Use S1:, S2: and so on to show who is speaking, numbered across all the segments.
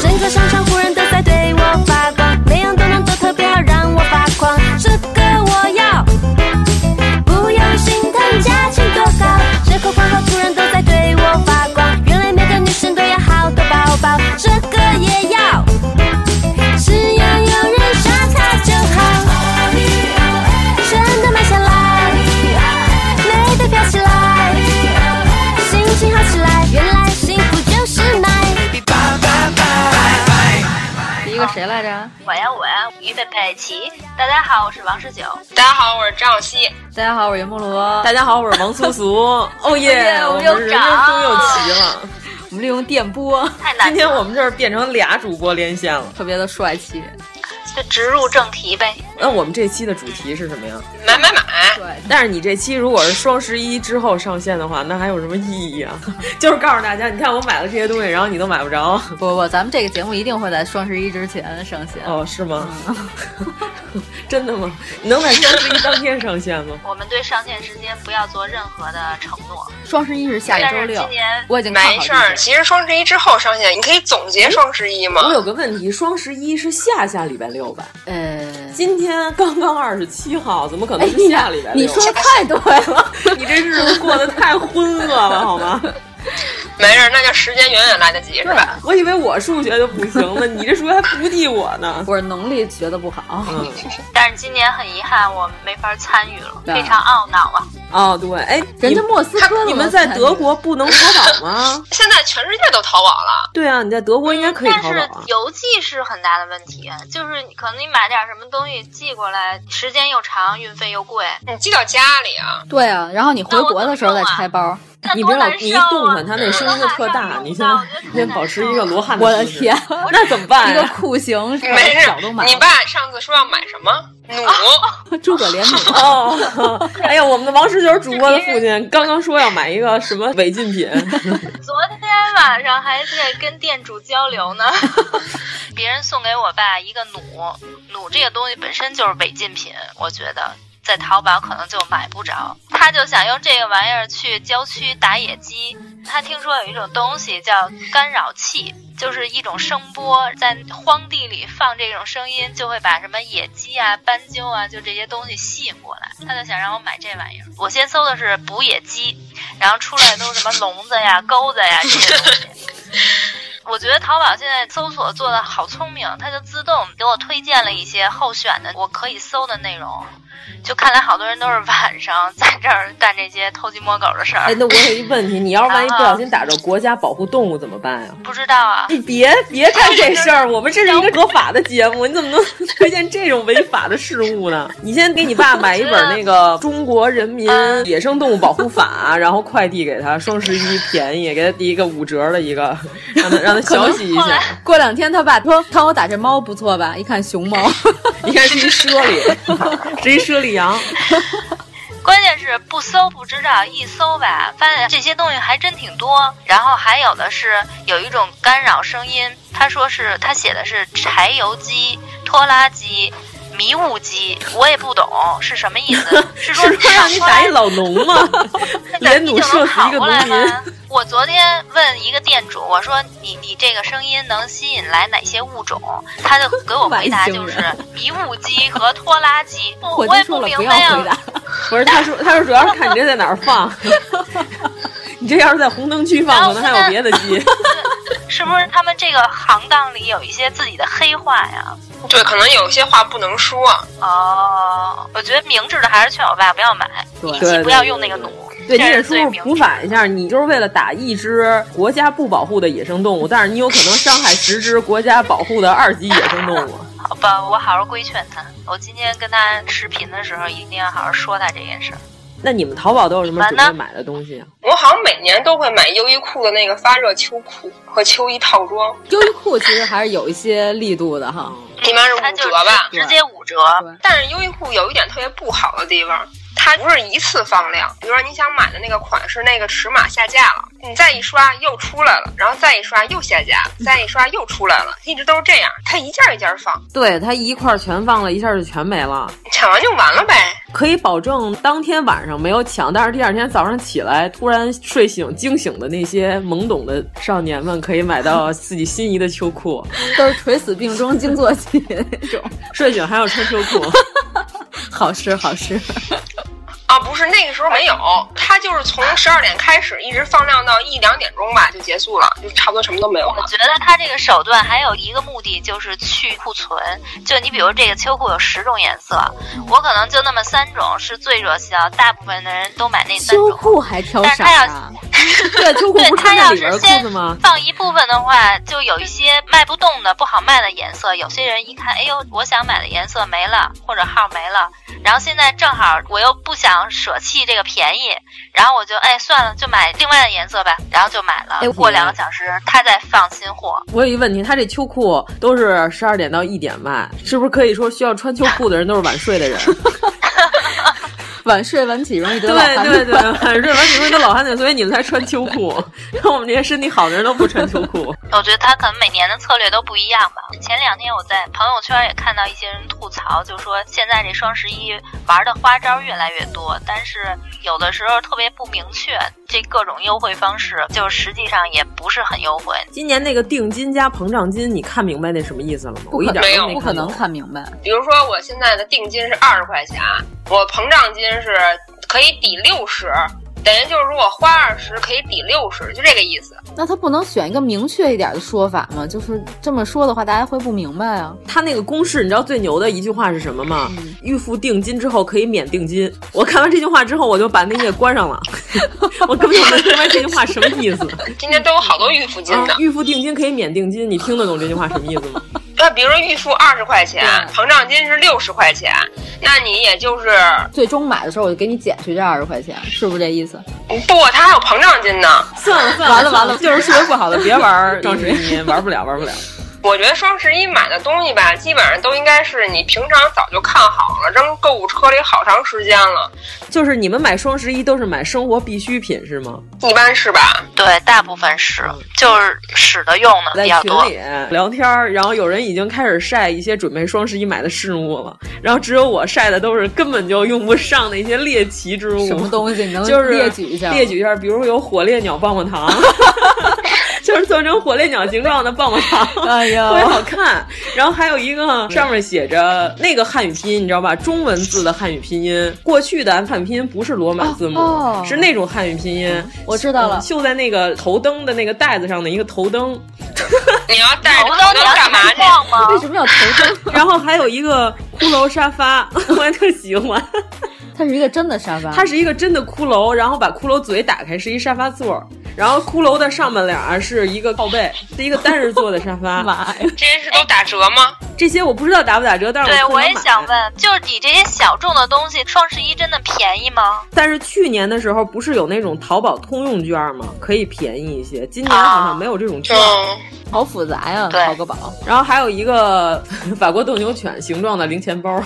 S1: 整个商场湖人都在对我发光，每样都能都特别好，让我发狂。这个我要，不要心疼价钱多高。折扣广告突然都在对我发光，原来每个女生都要好多包包。这个也要，只要有人刷卡就好。真的买下来，美得飘起来，心情好起来。原来幸福就是买。
S2: 第一个谁来着？
S3: 我呀我呀，于贝贝奇。大家好，我是王十九。
S4: 大家好，我是张小希。
S2: 大家好，我是袁梦罗。
S5: 大家好，我是王苏苏。哦耶，
S2: 我
S5: 们
S2: 又
S5: 人
S2: 涨
S5: 生终又齐了。
S2: 我们利用电波，
S3: 太难了，
S5: 今天我们这儿变成俩主播连线了。
S2: 特别的帅气。
S3: 就直入正题呗。
S5: 那我们这期的主题是什么呀？
S4: 买买买！
S2: 对，
S5: 但是你这期如果是双十一之后上线的话，那还有什么意义啊？就是告诉大家，你看我买了这些东西，然后你都买不着。
S2: 不不不，咱们这个节目一定会在双十一之前上线。
S5: 哦，是吗？ 真的吗？你能在双十一当天上线吗？
S3: 我们对上线时间不要做任何的承诺。
S2: 双十一是下一周六
S3: 但是今年，
S2: 我已经看好
S4: 没事儿，
S2: 地址
S4: 其实双十一之后上线，你可以总结双十一嘛。
S5: 我有个问题，双十一是下下礼拜六吧？
S2: 呃，
S5: 今天刚刚二十七号，怎么可能
S2: 哎，
S5: 是
S2: 你
S5: 下礼拜六？
S2: 你说的太对了。
S5: 你这日子过得太浑噩了，好吗？
S4: 没事儿，那就时间远远来得及是吧？？
S5: 我以为我数学就不行 了，你这数学还不敌我呢。
S2: 我是农历学的不好，
S5: 嗯，
S3: 但是今年很遗憾，我没法参与了，
S2: 对
S3: 非常懊恼啊。
S5: 哦对，哎，
S2: 人家
S5: 你
S2: 莫斯科都能
S5: 你们在
S2: 参与
S5: 德国不能淘宝 吗
S4: 现在全世界都淘宝了，
S5: 对啊，你在德国应该可以
S3: 嗯但
S5: 淘
S3: 是
S5: 宝啊。
S3: 邮寄是很大的问题，就是你可能你买点什么东西寄过来，时间又长，运费又贵，
S4: 你寄到家里啊。
S2: 对啊，然后你回国的时候再拆包，
S3: 那
S5: 你
S3: 多
S5: 别老
S3: 难
S5: 你一
S3: 受啊！
S5: 动弹，它那声音就特 大，你现在先保持一个罗汉
S2: 我的
S5: 姿势
S2: 天，
S5: 那怎么啊
S2: 一
S5: 哎办
S2: 个
S5: 呀？
S2: 酷刑是吧
S4: 没事
S2: 脚都麻
S4: 儿，你
S2: 了，
S4: 爸上次说要买什么？弩。
S2: 诸葛连弩。
S5: 哦， 哎呀，我们的王十九主播的父亲刚刚说要买一个什么违禁品，
S3: 昨天 晚上还在跟店主交流呢， 别人送给我爸一个弩，弩这个东西本身就是违禁品，我觉得在淘宝可能就买不着。他就想用这个玩意儿去郊区打野鸡。他听说有一种东西叫干扰器，就是一种声波，在荒地里放这种声音，就会把什么野鸡啊、斑鸠啊，就这些东西吸引过来。他就想让我买这玩意儿。我先搜的是捕野鸡，然后出来都是什么笼子呀、钩子呀这些东西。我觉得淘宝现在搜索做的好聪明，它就自动给我推荐了一些候选的我可以搜的内容。就看来好多人都是晚上在这儿干这些偷鸡摸狗的事儿
S5: 哎，，那我有一问题，你要是万一不小心打着国家保护动物怎么办呀？
S3: 不知道啊。
S5: 你别别干这事儿，我们这是一个合法的节目，你怎么 能推荐这种违法的事物呢？你先给你爸买一本那个《中国人民
S2: 嗯
S5: 野生动物保护法》，然后快递给他，双十一便宜，给他递一个五折的一个，让他让他小洗一
S3: 后
S5: 下
S3: 来。
S2: 过两天他爸说：“看我打这猫不错吧？”一看熊猫，
S5: 你看是一猞猁，是一猞猁羊。
S3: 关键是不搜不知道，一搜吧，发现这些东西还真挺多。然后还有的是有一种干扰声音，他说是他写的是柴油机、拖拉机、迷雾机，我也不懂是什么 意思，是说
S5: 是说让你打一老农吗？连弩射死一个农
S3: 过来
S5: 民。
S3: 吗？我昨天问一个店主，我说你你这个声音能吸引来哪些物种？他就给 我回答
S2: 外星
S3: 就是
S2: 人
S3: 迷雾机和拖拉机。
S2: 我
S3: 我
S2: 就
S3: 也
S2: 说
S3: 不
S2: 了
S3: 明
S2: 不要
S3: 白啊
S5: 啊
S3: 呀、
S2: 回答。
S5: 不是，他说他说主要是看你这在哪儿 放。你这要是在红灯区
S3: 然
S5: 放，
S3: 后
S5: 可能还有别的 鸡。
S3: 是不是他们这个行当里有一些自己的黑话呀？
S4: 对，可能有些话不能说。啊
S3: 哦，哦，我觉得明智的还是劝我爸不要买，以及不要用那个弩。
S5: 对，你
S3: 这
S5: 给
S3: 是
S5: 叔
S3: 最
S5: 叔
S3: 明
S5: 普法一下，你就是为了打一只国家不保护的野生动物，但是你有可能伤害十只国家保护的二级野生动物。
S3: 好吧，我好好规劝他。我今天跟他视频的时候，一定要好好说他这件事儿。
S5: 那你们淘宝都有什么准备买的东西啊？
S4: 我好像每年都会买优衣库的那个发热秋裤和秋衣套装，
S2: 优衣库其实还是有一些力度的哈。
S3: 嗯
S4: 一般是五折吧，
S3: 直接五折。
S4: 但是优衣库有一点特别不好的地方，它不是一次放量。比如说你想买的那个款式，那个尺码下架了，你再一刷又出来了，然后再一刷又下架，再一刷又出来了，一直都是这样。它一件一件放，
S5: 对，它一块儿全放了，一下就全没了。
S4: 抢完就完了呗。
S5: 可以保证当天晚上没有抢，但是第二天早上起来突然睡醒惊醒的那些懵懂的少年们，可以买到自己心仪的秋 裤。
S2: 都是垂死病中惊坐起的那种，
S5: 睡醒还要穿秋 裤，好吃好吃。
S4: 啊，不是那个时候没有，它就是从
S2: 啊
S4: 十二点开始，一直放量到一两点钟吧就结束了，就差不多什么都没有
S3: 我
S4: 了。
S3: 觉得他这个手段还有一个目的，就是去库存。就你比如这个秋裤有十种颜色，我可能就那么三种是最热销，大部分的人都买那三
S2: 秋
S3: 种。
S2: 裤还挑
S3: 但是
S2: 色
S3: 他
S2: 儿
S3: 要
S2: 啊？
S5: 对，秋裤
S3: 对
S5: 不
S3: 他
S5: 穿
S3: 要
S5: 在里
S3: 是
S5: 边的
S3: 先
S5: 裤子吗？
S3: 放一部分的话，就有一些卖不动的、不好卖的颜色。有些人一看，哎呦，我想买的颜色没了，或者号没了，然后现在正好我又不想舍弃这个便宜，然后我就哎算了，就买另外的颜色吧，然后就买了
S5: 哎。
S3: 过
S5: 我
S3: 两个小时，他再放新货。
S5: 我有一问题，他这秋裤都是十二点到一点卖，是不是可以说需要穿秋裤的人都是晚睡 的人？
S2: 晚睡晚起容易得
S5: 对
S2: 老寒
S5: 对对，
S2: 症。
S5: 晚睡晚起容易得老寒腿，所以你们才穿秋 裤。像我们这些身体好的人都不穿秋裤。
S3: 我觉得他可能每年的策略都不一样吧。前两天我在朋友圈也看到一些人吐槽，就说现在这双十一玩的花招越来越多，但是有的时候特别不明确，这各种优惠方式就实际上也不是很优惠。
S5: 今年那个定金加膨胀金，你看明白那什么意思了吗？我一点都没
S2: 不可能
S5: 懂
S2: 看明白。
S4: 比如说我现在的定金是二十块钱，我膨胀金是可以抵六十，等于就是如果花二十可以抵六十，就这个意思。
S2: 那他不能选一个明确一点的说法吗？就是这么说的话，大家会不明白啊。
S5: 他那个公式，你知道最牛的一句话是什么吗？预付定金之后可以免定金。我看完这句话之后，我就把那页关 上了，我根本就没明白这句话什么意 思。
S4: 今天都有好多预付金
S5: 啊
S4: 的，
S2: 嗯
S5: 预付定金可以免定金，你听得懂这句话什么意思吗？
S4: 那比如说预付二十块钱，膨胀金是六十块钱，那你也就是
S2: 最终买的时候，我就给你减去这二十块钱，是不是这意思？
S4: 不，它还有膨胀金呢。
S5: 算了算了，
S2: 完了完了
S5: 就是数学不好的别玩双十一，玩不了玩不了。
S4: 我觉得双十一买的东西吧，基本上都应该是你平常早就看好了，扔购物车里好长时间了，
S5: 就是你们买双十一都是买生活必需品是吗？
S4: 一般是吧？
S3: 对，大部分是就是使得用的
S5: 在
S3: 比较
S5: 群
S3: 多。
S5: 里聊天儿，然后有人已经开始晒一些准备双十一买的事物了，然后只有我晒的都是根本就用不上的一些猎奇之物。
S2: 什么东西你能
S5: 就是
S2: 列举一下吗？
S5: 列举一下，比如有火烈鸟棒棒 糖， 就是做成火烈鸟形状的棒棒糖，
S2: 哎呀
S5: 特别好看。然后还有一个上面写着那个汉语拼音，你知道吧？中文字的汉语拼音，过去的汉语拼音不是罗马字母，
S2: 哦哦
S5: 是那种汉语拼音。嗯
S2: 我知道了，
S5: 绣在那个头灯的那个袋子上的一个头灯，
S4: 你要带着
S3: 头灯
S4: 头
S3: 你
S4: 灯
S3: 要
S4: 干嘛
S3: 去
S4: 去？
S3: 逛吗？
S2: 为什么要头 灯？
S5: 然后还有一个骷髅沙发， 我还特喜欢。
S2: 它是一个真的沙发，
S5: 它是一个真的骷髅，然后把骷髅嘴打开是一沙发座儿，然后骷髅的上半脸儿是一个靠背，是一个单人座的沙发。
S2: 妈呀！
S4: 这些是都打折吗？
S5: 这些我不知道打不打折，但是
S3: 对，
S5: 特
S3: 我也
S5: 买
S3: 想。问，就是你这些小众的东西，双十一真的便宜吗？
S5: 但是去年的时候不是有那种淘宝通用券吗？可以便宜一些，今年好像没有这种券。
S4: 嗯，
S2: 好复杂呀，
S3: 对
S2: 淘个宝。
S5: 然后还有一个 法国斗牛犬形状的零钱包，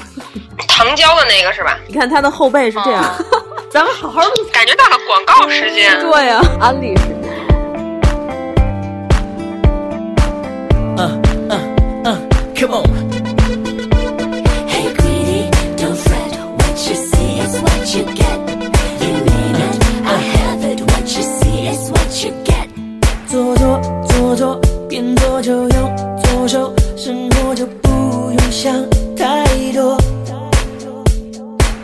S4: 糖胶的那个是吧？
S5: 你看它的后背是这样。哦咱们好好录。
S4: 感觉到了广告时间。
S5: 对呀、安利是。
S6: Come on.
S7: Hey greedy, don't fret. What you see is what you get. You need it, I have it. What you see is what you get.
S6: 左左左左，边左就用左手，生活就不用想太多。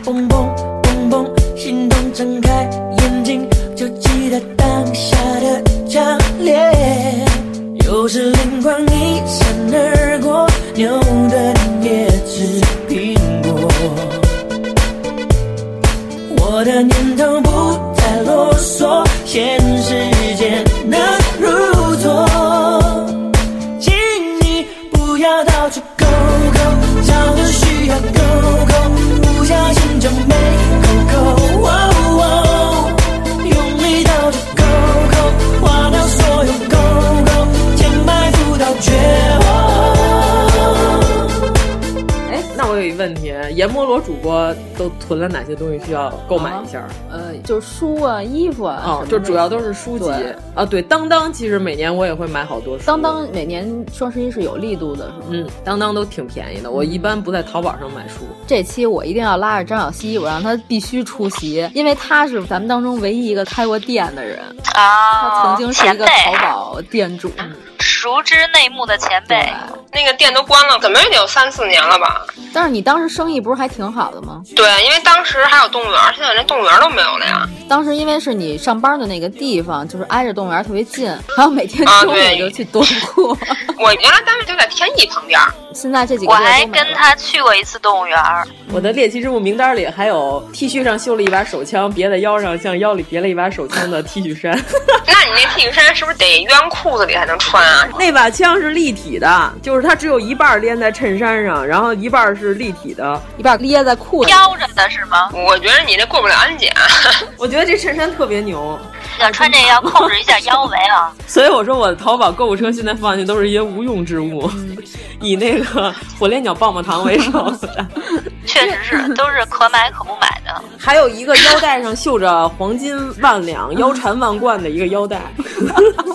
S6: 蹦蹦蹦蹦，心动睁开眼睛，就记得当下的强烈。又是灵光一闪而过，牛顿也吃苹果。
S8: 我的念头不再啰嗦，现实艰难如昨。请你不要到处勾勾，找个需要勾勾，不小心就没勾勾。哦哦用力到处勾勾，花掉所有勾勾，钱埋伏到绝望。
S5: 哎，那我有一问题，阎摩罗主播都囤了哪些东西需要购买一下？
S9: 呃，就是书啊、衣服啊，
S5: 哦，就主要都是书籍啊。对，当当其实每年我也会买好多书。
S9: 当当每年双十一是有力度的，是吗？
S5: 嗯，当当都挺便宜的，我一
S9: 嗯
S5: 般不在淘宝上买书。
S9: 这期我一定要拉着张小希，我让他必须出席，因为他是咱们当中唯一一个开过店的人，他
S3: 啊，
S9: 曾经是一
S3: 前
S9: 个
S3: 辈，
S9: 淘宝店主。
S3: 熟知内幕的前辈，
S4: 那个店都关了，怎么也得有三四年了吧？
S9: 但是你当时生意不是还挺好的吗？
S4: 对，因为当时还有动物园，现在连动物园都没有了呀。
S9: 当时因为是你上班的那个地方，就是挨着动物园特别近，然后每天
S4: 啊
S9: 中午
S4: 对
S9: 就去踱步。
S4: 我原来单位就在天意旁边，
S9: 现在这几个
S3: 我
S9: 月都
S3: 还
S9: 没
S3: 跟
S9: 了
S3: 他去过一次动物 园儿。
S9: 嗯
S5: 我的猎奇之物名单里还有 T 恤上绣了一把手枪，别在腰上，像腰里别了一把手枪的 T 恤衫。
S4: 那你那 T 恤衫是不是得冤裤子里才能穿啊？
S5: 那把枪是立体的，就是它只有一半儿连在衬衫上，然后一半儿是立体的。
S9: 一半掖在裤子。
S3: 挑着的是吗？
S4: 我觉得你这过不了安检。啊
S5: 我觉得这衬衫特别牛，
S3: 要穿这个要控制一下腰围 啊。
S5: 所以我说我的淘宝购物车现在放进都是一些无用之物，以那个火烈鸟棒棒糖为首的。
S3: 确实是，都是可买可不 买的。
S5: 还有一个腰带上绣着黄金万两、腰缠万贯的一个腰带，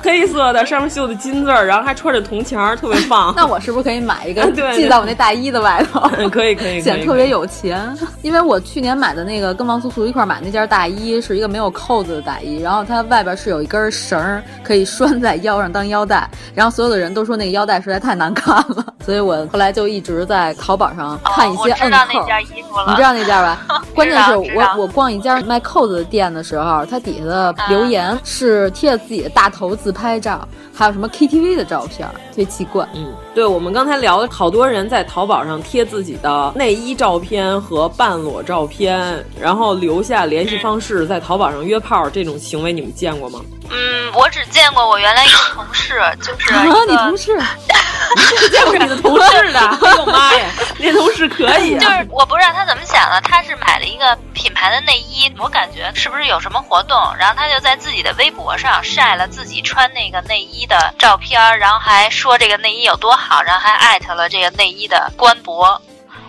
S5: 黑色的，上面绣的金字儿，然后还穿着铜钱儿，特别棒。
S9: 那我是不是可以买一个
S5: 对 对
S9: 系在我那大衣的外头？
S5: 嗯 可以可以，可
S9: 显得
S5: 以
S9: 特别有钱， 因为我去年买的那个跟王苏苏一块儿买那件大衣是一个没有扣子的大衣，然后它外边是有一根绳儿可以拴在腰上当腰带，然后所有的人都说那个腰带实在太难看了， 所以我后来就一直在淘宝上看一
S3: 啊我
S9: 些
S3: 知
S9: 摁
S3: 道
S9: 扣
S3: 那
S9: 儿。
S3: 件衣服了，
S9: 你知道那件 吧？关键是
S3: 知
S9: 我
S3: 道
S9: 我逛一家卖扣子的店的时候，它底下的
S2: 啊
S9: 留言是贴着自己的大头自拍照，还有什么 KTV 的照片，特别奇怪。
S5: 嗯，对，我们刚才聊了，好多人在淘宝上贴自己的内衣照片和半裸照片，然后留下联系方式，在淘宝上约炮，这种行为你们见过吗？
S3: 嗯，我只见过我原来一个同事， 就是
S9: 啊
S3: 一个，
S9: 你同事
S5: 见过你的啊同事的？哎呦妈呀， 那同事可以、
S3: 就
S5: 啊。
S3: 是我不知道他怎么想的，他是买了一个品牌的内衣，我感觉是不是有什么活动，然后他就在自己的微博上晒了自己穿那个内衣的照片儿，然后还说这个内衣有多好，然后还艾特了这个内衣的官博。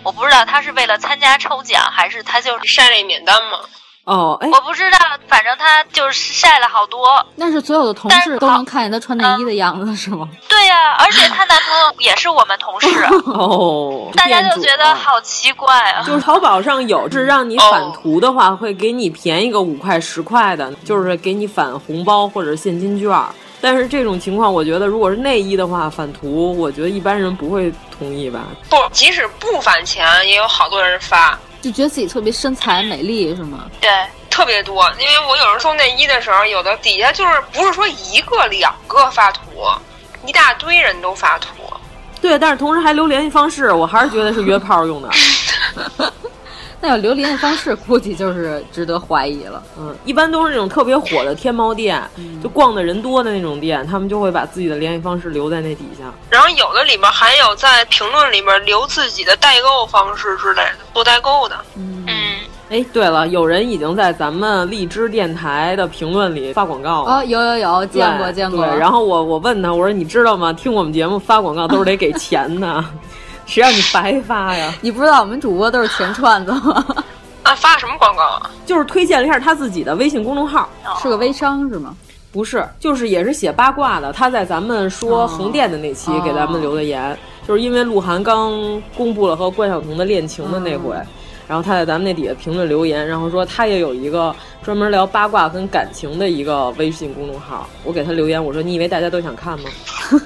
S3: 我不知道他是为了参加抽奖，还是他就是
S4: 晒了免单吗？
S5: 哦，哎，
S3: 我不知道，反正他就是晒了好多。
S9: 那是所有的同事都能看见她穿内衣的样子，是吗？
S3: 对呀、而且她男朋友也是我 们同事，
S5: 哦，
S3: 大家
S5: 店
S3: 就
S5: 主
S3: 觉
S5: 啊
S3: 得好奇怪啊。
S5: 就是淘宝上有，是让你返图的
S3: 嗯
S5: 话，会给你便宜个五块十块的，就是给你返红包或者现金券儿。但是这种情况，我觉得如果是内衣的话，返图，我觉得一般人不会同意吧。
S4: 不，即使不返钱，也有好多人发，
S9: 就觉得自己特别身材美丽，是吗？
S3: 对，
S4: 特别多。因为我有时候送内衣的时候，有的底下就是不是说一个两个发图，一大堆人都发图。
S5: 对，但是同时还留联系方式，我还是觉得是约炮用的。
S9: 那有留联系方式，估计就是值得怀疑了。
S5: 嗯，一般都是那种特别火的天猫店，
S3: 嗯
S5: 就逛的人多的那种店，他们就会把自己的联系方式留在那底下。
S4: 然后有的里面还有在评论里面留自己的代购方式之类的，做代购的。
S9: 嗯
S4: 嗯
S5: 哎，对了，有人已经在咱们荔枝电台的评论里发广告了。
S9: 哦，有有有，见过
S5: 对
S9: 见过。
S5: 对然后我我问他，我说你知道吗？听我们节目发广告都是得给钱的， 谁让你白发呀？
S9: 你不知道我们主播都是钱串子 吗？
S4: 啊，发什么广告啊？
S5: 就是推荐了一下他自己的微信公众号，
S9: 是个微商是吗？
S5: 不是，就是也是写八卦的。他在咱们说横店的那期
S9: 哦
S5: 给咱们留的言，就是因为鹿晗刚公布了和关晓彤的恋情的那回。然后他在咱们那底下评论留言，然后说他也有一个专门聊八卦跟感情的一个微信公众号。我给他留言，我说你以为大家都想看吗？
S9: 职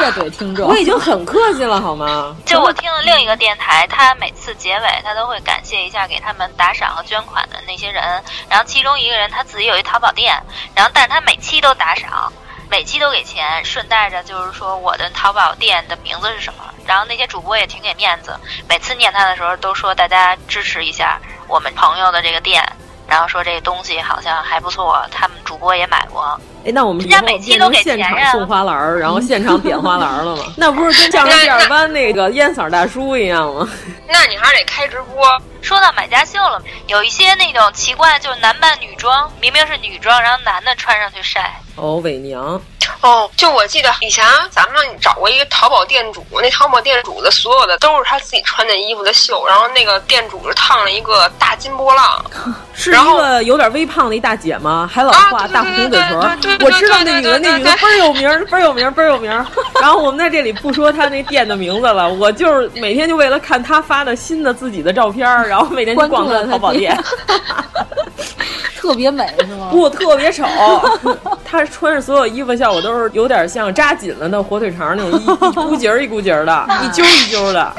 S9: 业怼听众。
S5: 我已经很客气了，好吗？
S3: 就我听了另一个电台，他每次结尾他都会感谢一下给他们打赏和捐款的那些人，然后其中一个人他自己有一淘宝店，然后但是他每期都打赏，每期都给钱，顺带着就是说我的淘宝店的名字是什么，然后那些主播也挺给面子，每次念他的时候都说大家支持一下，我们朋友的这个店，然后说这东西好像还不错，他们主播也买过。
S5: 哎，那我们
S3: 人家每期都给
S5: 现
S3: 钱
S5: 场
S3: 呀，
S5: 送花篮儿，然后现场点花篮儿了吗？ 那不是跟相声第二班那个烟嗓大叔一样吗？
S3: 那你还是得开直播。说到买家秀了，有一些那种奇怪，就是男扮女装，明明是女装，然后男的穿上去晒。
S5: 哦，伪娘，
S4: 哦，就我记得以前咱们找过一个淘宝店主，那淘宝店主的所有的都是他自己穿的衣服的袖，然后那个店主是烫了一个大金波浪，
S5: 是一个有点微胖的一大姐吗？还老
S3: 啊
S5: 画大红嘴唇儿。我知道那女的，那女的倍儿有名儿，倍儿有名儿，倍儿有名儿。然后我们在这里不说她那店的名字了，我就是每天就为了看她发的新的自己的照片儿，然后每天去逛她的淘宝 店。
S2: 特别美是吗？
S5: 不，特别丑。她穿着所有衣服效果都是有点像扎紧了的火腿肠那种，一一股节儿一股节儿的，一揪一揪的。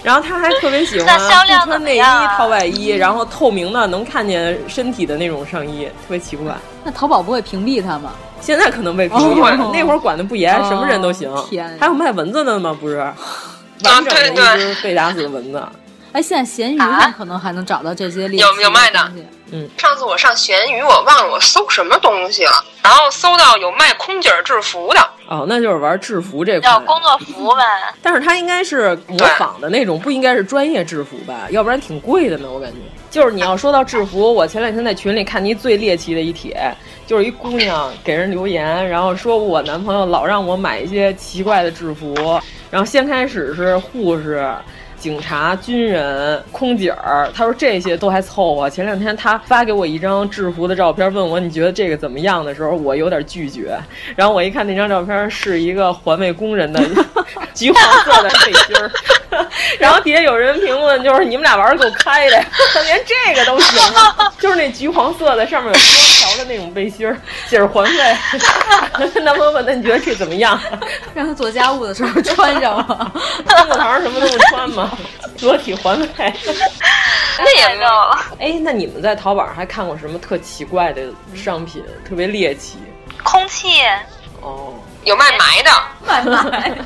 S5: 然后她还特别喜欢
S3: 那销量
S5: 不
S3: 怎
S5: 穿
S3: 么
S5: 内衣
S3: 样啊
S5: 套外衣，然后透明的能看见身体的那种上衣，特别奇怪。
S2: 那淘宝不会屏蔽他吗？
S5: 现在可能被管管，
S2: 哦
S5: 那会儿管的不严，
S2: 哦
S5: 什么人都行。
S2: 天啊
S5: 还有卖蚊子的呢，不是？完整的一只被打死的蚊子，
S2: 哎，现在闲鱼
S9: 啊
S2: 上可能还能找到这些猎奇
S4: 有有卖的
S2: 东西
S5: 嗯，
S4: 上次我上闲鱼，我忘了我搜什么东西了，然后搜到有卖空姐制服的，
S5: 哦，那就是玩制服这块。
S3: 工作服吧，
S5: 但是它应该是模仿的那种，不应该是专业制服吧？要不然挺贵的呢，我感觉。就是你要说到制服，我前两天在群里看你最猎奇的一帖，就是一姑娘给人留言，然后说我男朋友老让我买一些奇怪的制服，然后先开始是护士。警察、军人、空姐儿，他说这些都还凑合。前两天他发给我一张制服的照片，问我你觉得这个怎么样的时候，我有点拒绝。然后我一看那张照片是一个环卫工人的 橘黄色的背心儿，然后底下有人评论就是你们俩玩儿够开的，连这个都行啊， 就是那橘黄色的上面有多条的那种背心儿，写着环卫。男朋友 问他你觉得这怎么样？
S2: 让他做家务的时候穿上了。
S5: 工作堂什么都不穿吗？ 裸体环卫。
S3: 那也没有了。
S5: 哎，那你们在淘宝上还看过什么特奇怪的商品，特别猎奇？
S3: 空气
S5: 哦，
S4: 有卖霾的，
S2: 卖霾，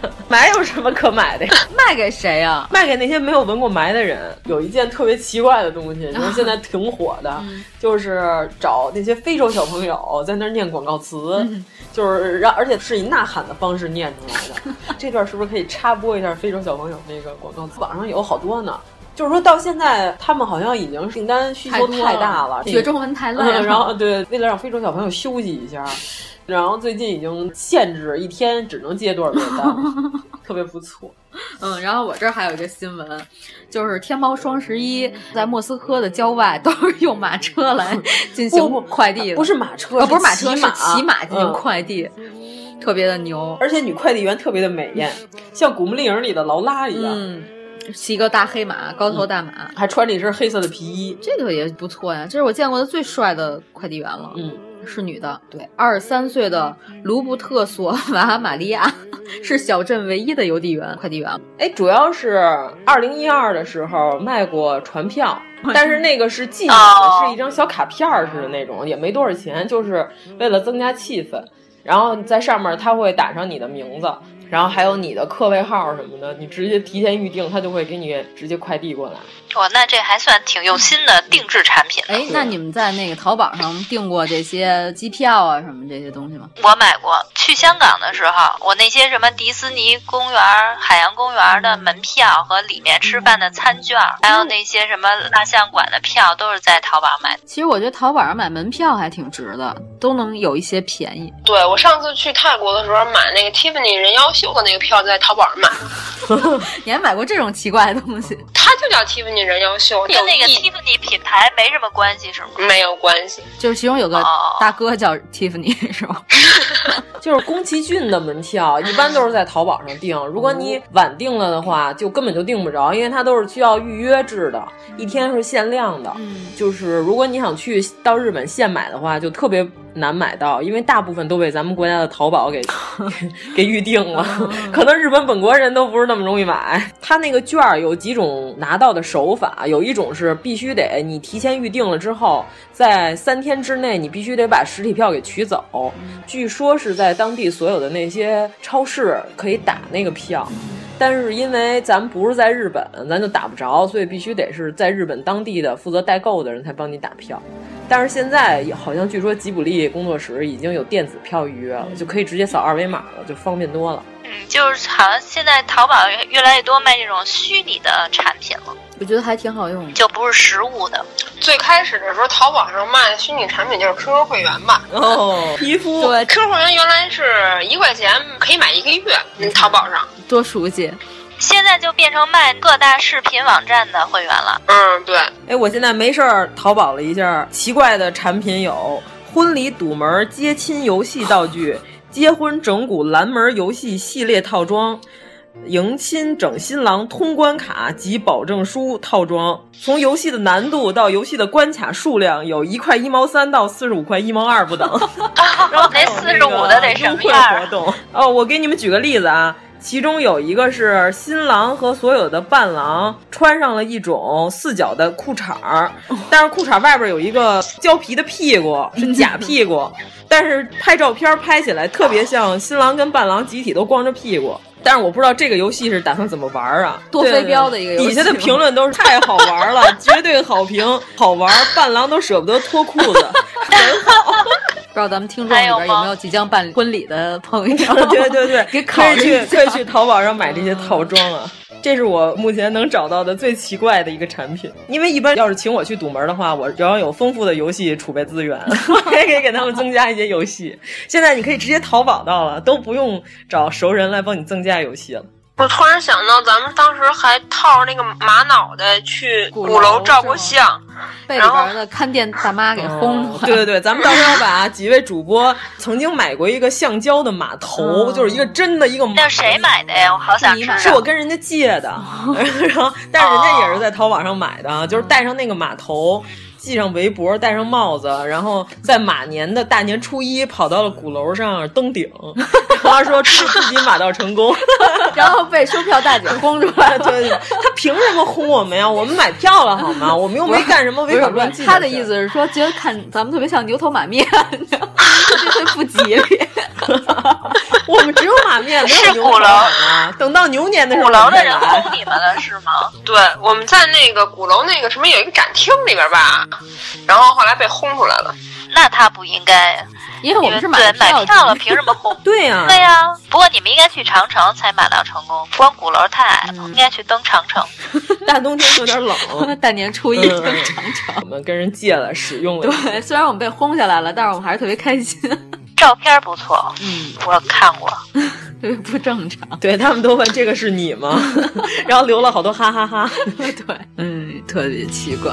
S5: 霾有什么可 买的呀？
S2: 卖给谁啊呀、
S5: 卖给那些没有闻过霾的人。有一件特别奇怪的东西，就是现在挺火 的，
S2: 嗯
S5: 就是找那些非洲小朋友在那儿念广告词，
S2: 嗯
S5: 就是让而且是以呐喊的方式念出 来的。这段是不是可以插播一下非洲小朋友那个广告词？网上有好多呢。就是说到现在，他们好像已经订单需求太大了，
S2: 学中文太累了。
S5: 嗯然后对，为了让非洲小朋友休息一下，然后最近已经限制一天只能接多少个 单，特别不错。
S2: 嗯，然后我这儿还有一个新闻，就是天猫双十一在莫斯科的郊外都是用马车来 进行快递的，
S5: 嗯不是马车
S2: 呃不是马
S5: 是
S2: 车，
S5: 骑
S2: 是
S5: 马
S2: 骑马进行
S5: 嗯
S2: 快递，特别的牛，
S5: 而且女快递员特别的美艳，像《古墓丽影》里的劳拉一样，
S2: 嗯，骑个大黑马，高头大马，
S5: 还穿着一身黑色的皮衣。
S2: 这个也不错呀，这是我见过的最帅的快递员了，
S5: 嗯。
S2: 是女的，对，二十三岁的卢布特索 瓦玛利亚是小镇唯一的邮递员，快递员。
S5: 哎，主要是二零一二的时候卖过船票，但是那个是纪念的，是一张小卡片儿似的那种，也没多少钱，就是为了增加气氛。然后在上面他会打上你的名字，然后还有你的客位号什么的，你直接提前预定，他就会给你直接快递过来。
S3: 哦，那这还算挺用心的定制产品。
S2: 哎，那你们在那个淘宝上订过这些机票啊什么这些东西吗？
S3: 我买过，去香港的时候，我那些什么迪士尼公园、海洋公园的门票和里面吃饭的餐券，
S4: 嗯
S3: 还有那些什么蜡像馆的票，都是在淘宝买的。
S2: 其实我觉得淘宝上买门票还挺值的，都能有一些便宜。
S4: 对我上次去泰国的时候买那个 Tiffany 人妖秀的那个票，在淘宝上买，
S2: 你还买过这种奇怪的东西？
S4: 它就叫 Tiffany 人妖秀，
S3: 跟那个
S4: 嗯有意
S3: Tiffany 品牌没什么关系是吗？
S4: 没有关系。
S2: 就是其中有个大哥叫 Tiffany 是吗？
S5: 就是宫崎骏的门票，一般都是在淘宝上订。如果你晚订了的话，就根本就订不着，因为它都是需要预约制的，一天是限量的。就是如果你想去到日本现买的话，就特别难买到，因为大部分都被咱们国家的淘宝给给预定了。可能日本本国人都不是那么容易买。他那个券儿有几种拿到的手法，有一种是必须得你提前预定了之后，在三天之内你必须得把实体票给取走。据说是在当地所有的那些超市可以打那个票。但是因为咱不是在日本，咱就打不着，所以必须得是在日本当地的负责代购的人才帮你打票。但是现在好像据说吉卜力工作室已经有电子票预约了，就可以直接扫二维码了，就方便多了。
S3: 嗯，就是好像现在淘宝越来越多卖这种虚拟的产品了，
S2: 我觉得还挺好用的。
S3: 就不是实物的。
S4: 最开始的时候，淘宝上卖虚拟产品就是 QQ 会员吧？
S5: 哦，皮肤
S4: 对，QQ 会员呃原来是一块钱可以买一个月，嗯淘宝上
S2: 多熟悉。
S3: 现在就变成卖各大视频网站的会员了。
S4: 嗯，对。
S5: 哎，我现在没事儿淘宝了一下，奇怪的产品有婚礼堵门接亲游戏道具、结婚整蛊拦门游戏系列套装、迎亲整新郎通关卡及保证书套装。从游戏的难度到游戏的关卡数量，有一块一毛三到四十五块一毛二不等。
S3: 然后那四十五的得什么
S5: 优惠
S3: 样啊
S5: 活
S3: 儿？
S5: 动 哦，我给你们举个例子啊，其中有一个是新郎和所有的伴郎穿上了一种四角的裤衩儿，
S2: 哦
S5: 但是裤衩外边有一个胶皮的屁股，是假 屁股，但是拍照片拍起来特别像新郎跟伴郎集体都光着屁股。但是我不知道这个游戏是打算怎么玩儿啊？
S2: 多飞镖的一个游戏
S5: 底下的评论都是太好 玩了，绝对好评，好玩，伴郎都舍不得脱裤子，很好。
S2: 不知道咱们听众
S3: 哎
S2: 里边有没有即将办婚礼的朋友？
S5: 对对对，
S2: 给考
S5: 可以
S2: 虑一
S5: 去
S2: 下
S5: 可以去淘宝上买这些套装啊。这是我目前能找到的最奇怪的一个产品，因为一般要是请我去堵门的话，我只要有丰富的游戏储备资源， 我也可以给他们增加一些游戏。现在你可以直接淘宝到了，都不用找熟人来帮你增加游戏了。
S4: 我突然想到，咱们当时还套着那个玛瑙的去鼓楼照过相，
S2: 被里边的看店大妈给轰出来。
S5: 哦对对对，咱们到时候把几位主播曾经买过一个橡胶的马
S2: 嗯
S5: 头，就是一个真的一个马。
S3: 那谁买的呀？我好想啊知道。
S5: 是我跟人家借的，然后但是人家也是在淘宝上买的，就是戴上那个马头。系上围脖，戴上帽子，然后在马年的大年初一跑到了鼓楼上登顶，然后说祝自己马到成功。
S2: 然后被售票大姐轰出来。
S5: 对对，他凭什么轰我们呀？我们买票了好吗？我们又没干什么违法乱纪。
S2: 他的意思是说，觉得看咱们特别像牛头马 面，你知道吗这特不吉
S10: 啊
S2: 利。
S5: 我们只有马面，没有牛头啊。等到牛年的时候，
S3: 鼓楼的
S5: 再
S3: 人
S5: 来
S3: 轰你们了是吗？
S4: 对，我们在那个鼓楼那个什么有一个展厅里边吧，然后后来被轰出来了。
S3: 那他不应该，啊
S2: 因为我们是买
S3: 对
S2: 票
S3: 买票了，凭什么轰？
S5: 对呀、
S3: 对呀、不过你们应该去长城才买到成功，光鼓楼太矮
S2: 嗯
S3: 了，应该去登长城。
S5: 大冬天有点冷，
S2: 大年初一
S5: 嗯
S2: 登场。
S5: 我们跟人借了使用了。
S2: 对，虽然我们被轰下来了，但是我们还是特别开心，
S3: 照片不错，
S2: 嗯，
S3: 我看过。
S2: 特别不正常。
S5: 对他们都问这个是你吗？ 然后留了好多哈哈哈
S2: 对，嗯，特别奇怪。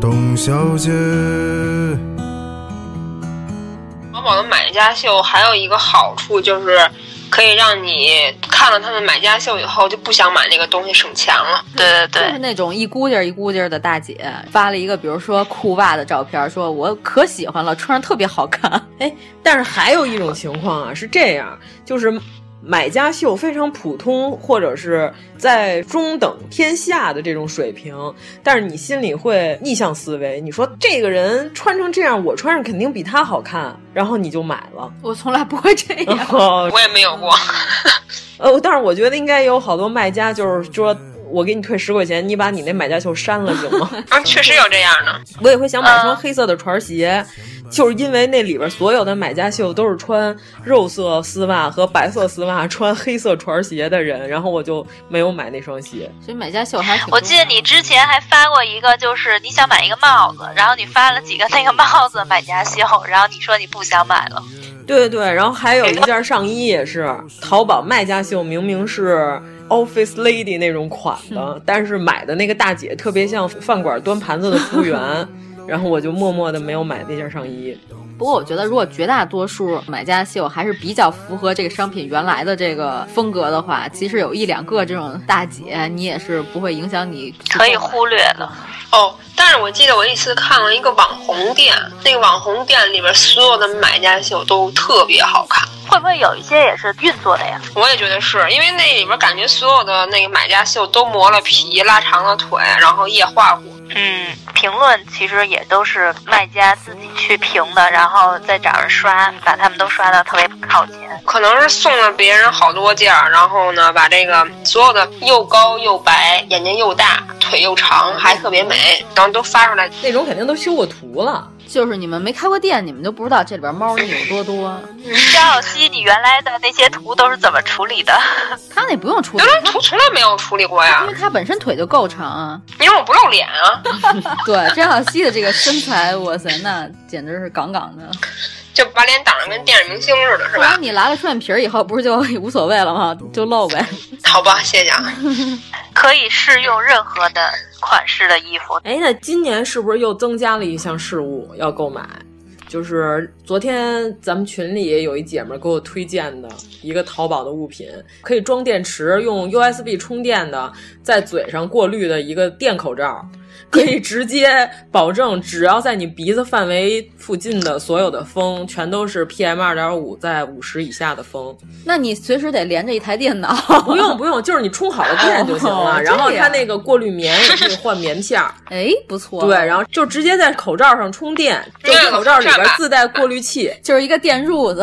S9: 董小姐。
S4: 淘宝的买家秀还有一个好处就是，可以让你看了他们买家秀以后就不想买那个东西，省钱了。
S3: 对对
S2: 就是那种一估劲儿一估劲儿的大姐发了一个，比如说裤袜的照片，说我可喜欢了，穿上特别好看。
S5: 哎，但是还有一种情况啊，是这样，就是买家秀非常普通，或者是在中等偏下的这种水平，但是你心里会逆向思维，你说这个人穿成这样，我穿上肯定比他好看，然后你就买了。
S2: 我从来不会这样。
S4: 我也没有过。
S5: 呃，但是我觉得应该有好多卖家就是说。我给你退十块钱，你把你那买家秀删了行吗？
S4: 啊，确实有这样的。
S5: 我也会想
S2: 嗯
S5: 买一双黑色的船鞋，就是因为那里边所有的买家秀都是穿肉色丝袜和白色丝袜、穿黑色船鞋的人，然后我就没有买那双鞋。
S2: 所以买家秀还是挺
S3: 我记得你之前还发过一个，就是你想买一个帽子，然后你发了几个那个帽子买家秀，然后你说你不想买了。
S5: 对对对，然后还有一件上衣也是淘宝卖家秀，明明是 Office Lady 那种款的，
S2: 嗯
S5: 但是买的那个 大姐特别像饭馆端盘子的服务员，然后我就默默的没有买那件上衣。
S2: 不过我觉得，如果绝大多数买家秀还是比较符合这个商品原来的这个风格的话，其实有一两个这种大姐，你也是不会影响你
S3: 可以忽略的。
S4: 哦，但是我记得我一次看了一个网红店，那个网红店里边所有的买家秀都特别好看。
S3: 会不会有一些也是运作的呀？
S4: 我也觉得是因为那里边感觉所有的那个买家秀都磨了皮，拉长了腿，然后液化过。
S3: 嗯，评论其实也都是卖家自己去评的，然后再找人刷，把他们都刷到特别靠前。
S4: 可能是送了别人好多件儿，然后呢，把这个所有的又高又白，眼睛又大，腿又长，还特别美，然后都发出来。
S5: 那种肯定都修过图了。
S2: 就是你们没开过店，你们就不知道这里边猫腻有多多。
S5: 嗯
S3: 肖小西，你原来的那些图都是怎么处理的？
S2: 他那不用处理，
S4: 原来图从来没有处理过呀，
S2: 因为他本身腿就够长啊。
S4: 因为我不露脸啊。
S2: 对，张小西的这个身材，哇塞，那简直是杠杠的，
S4: 就把脸挡着跟电影明星似的，是
S2: 后来
S4: 吧？
S2: 你拿了双眼皮儿以后，不是就 无所谓了吗？就露呗。
S4: 好吧，谢谢啊。
S3: 可以试用任何的款式的衣服。
S5: 哎，那今年是不是又增加了一项事物要购买？就是昨天咱们群里有一姐们儿给我推荐的一个淘宝的物品，可以装电池、用 USB 充电的，在嘴上过滤的一个电口罩，可以直接保证，只要在你鼻子范围附近的所有的风，全都是 PM 二点五在五十以下的风。
S2: 那你随时得连着一台电脑，
S5: 不用不用，就是你充好了电就行了。
S2: 哦
S5: 然后
S2: 这
S5: 它
S2: 样
S5: 那个过滤棉也可以换棉片儿。
S2: 哎，不错。
S5: 对，然后就直接在口罩上充电，就口罩里边自带过滤器，
S2: 就是一个电褥子，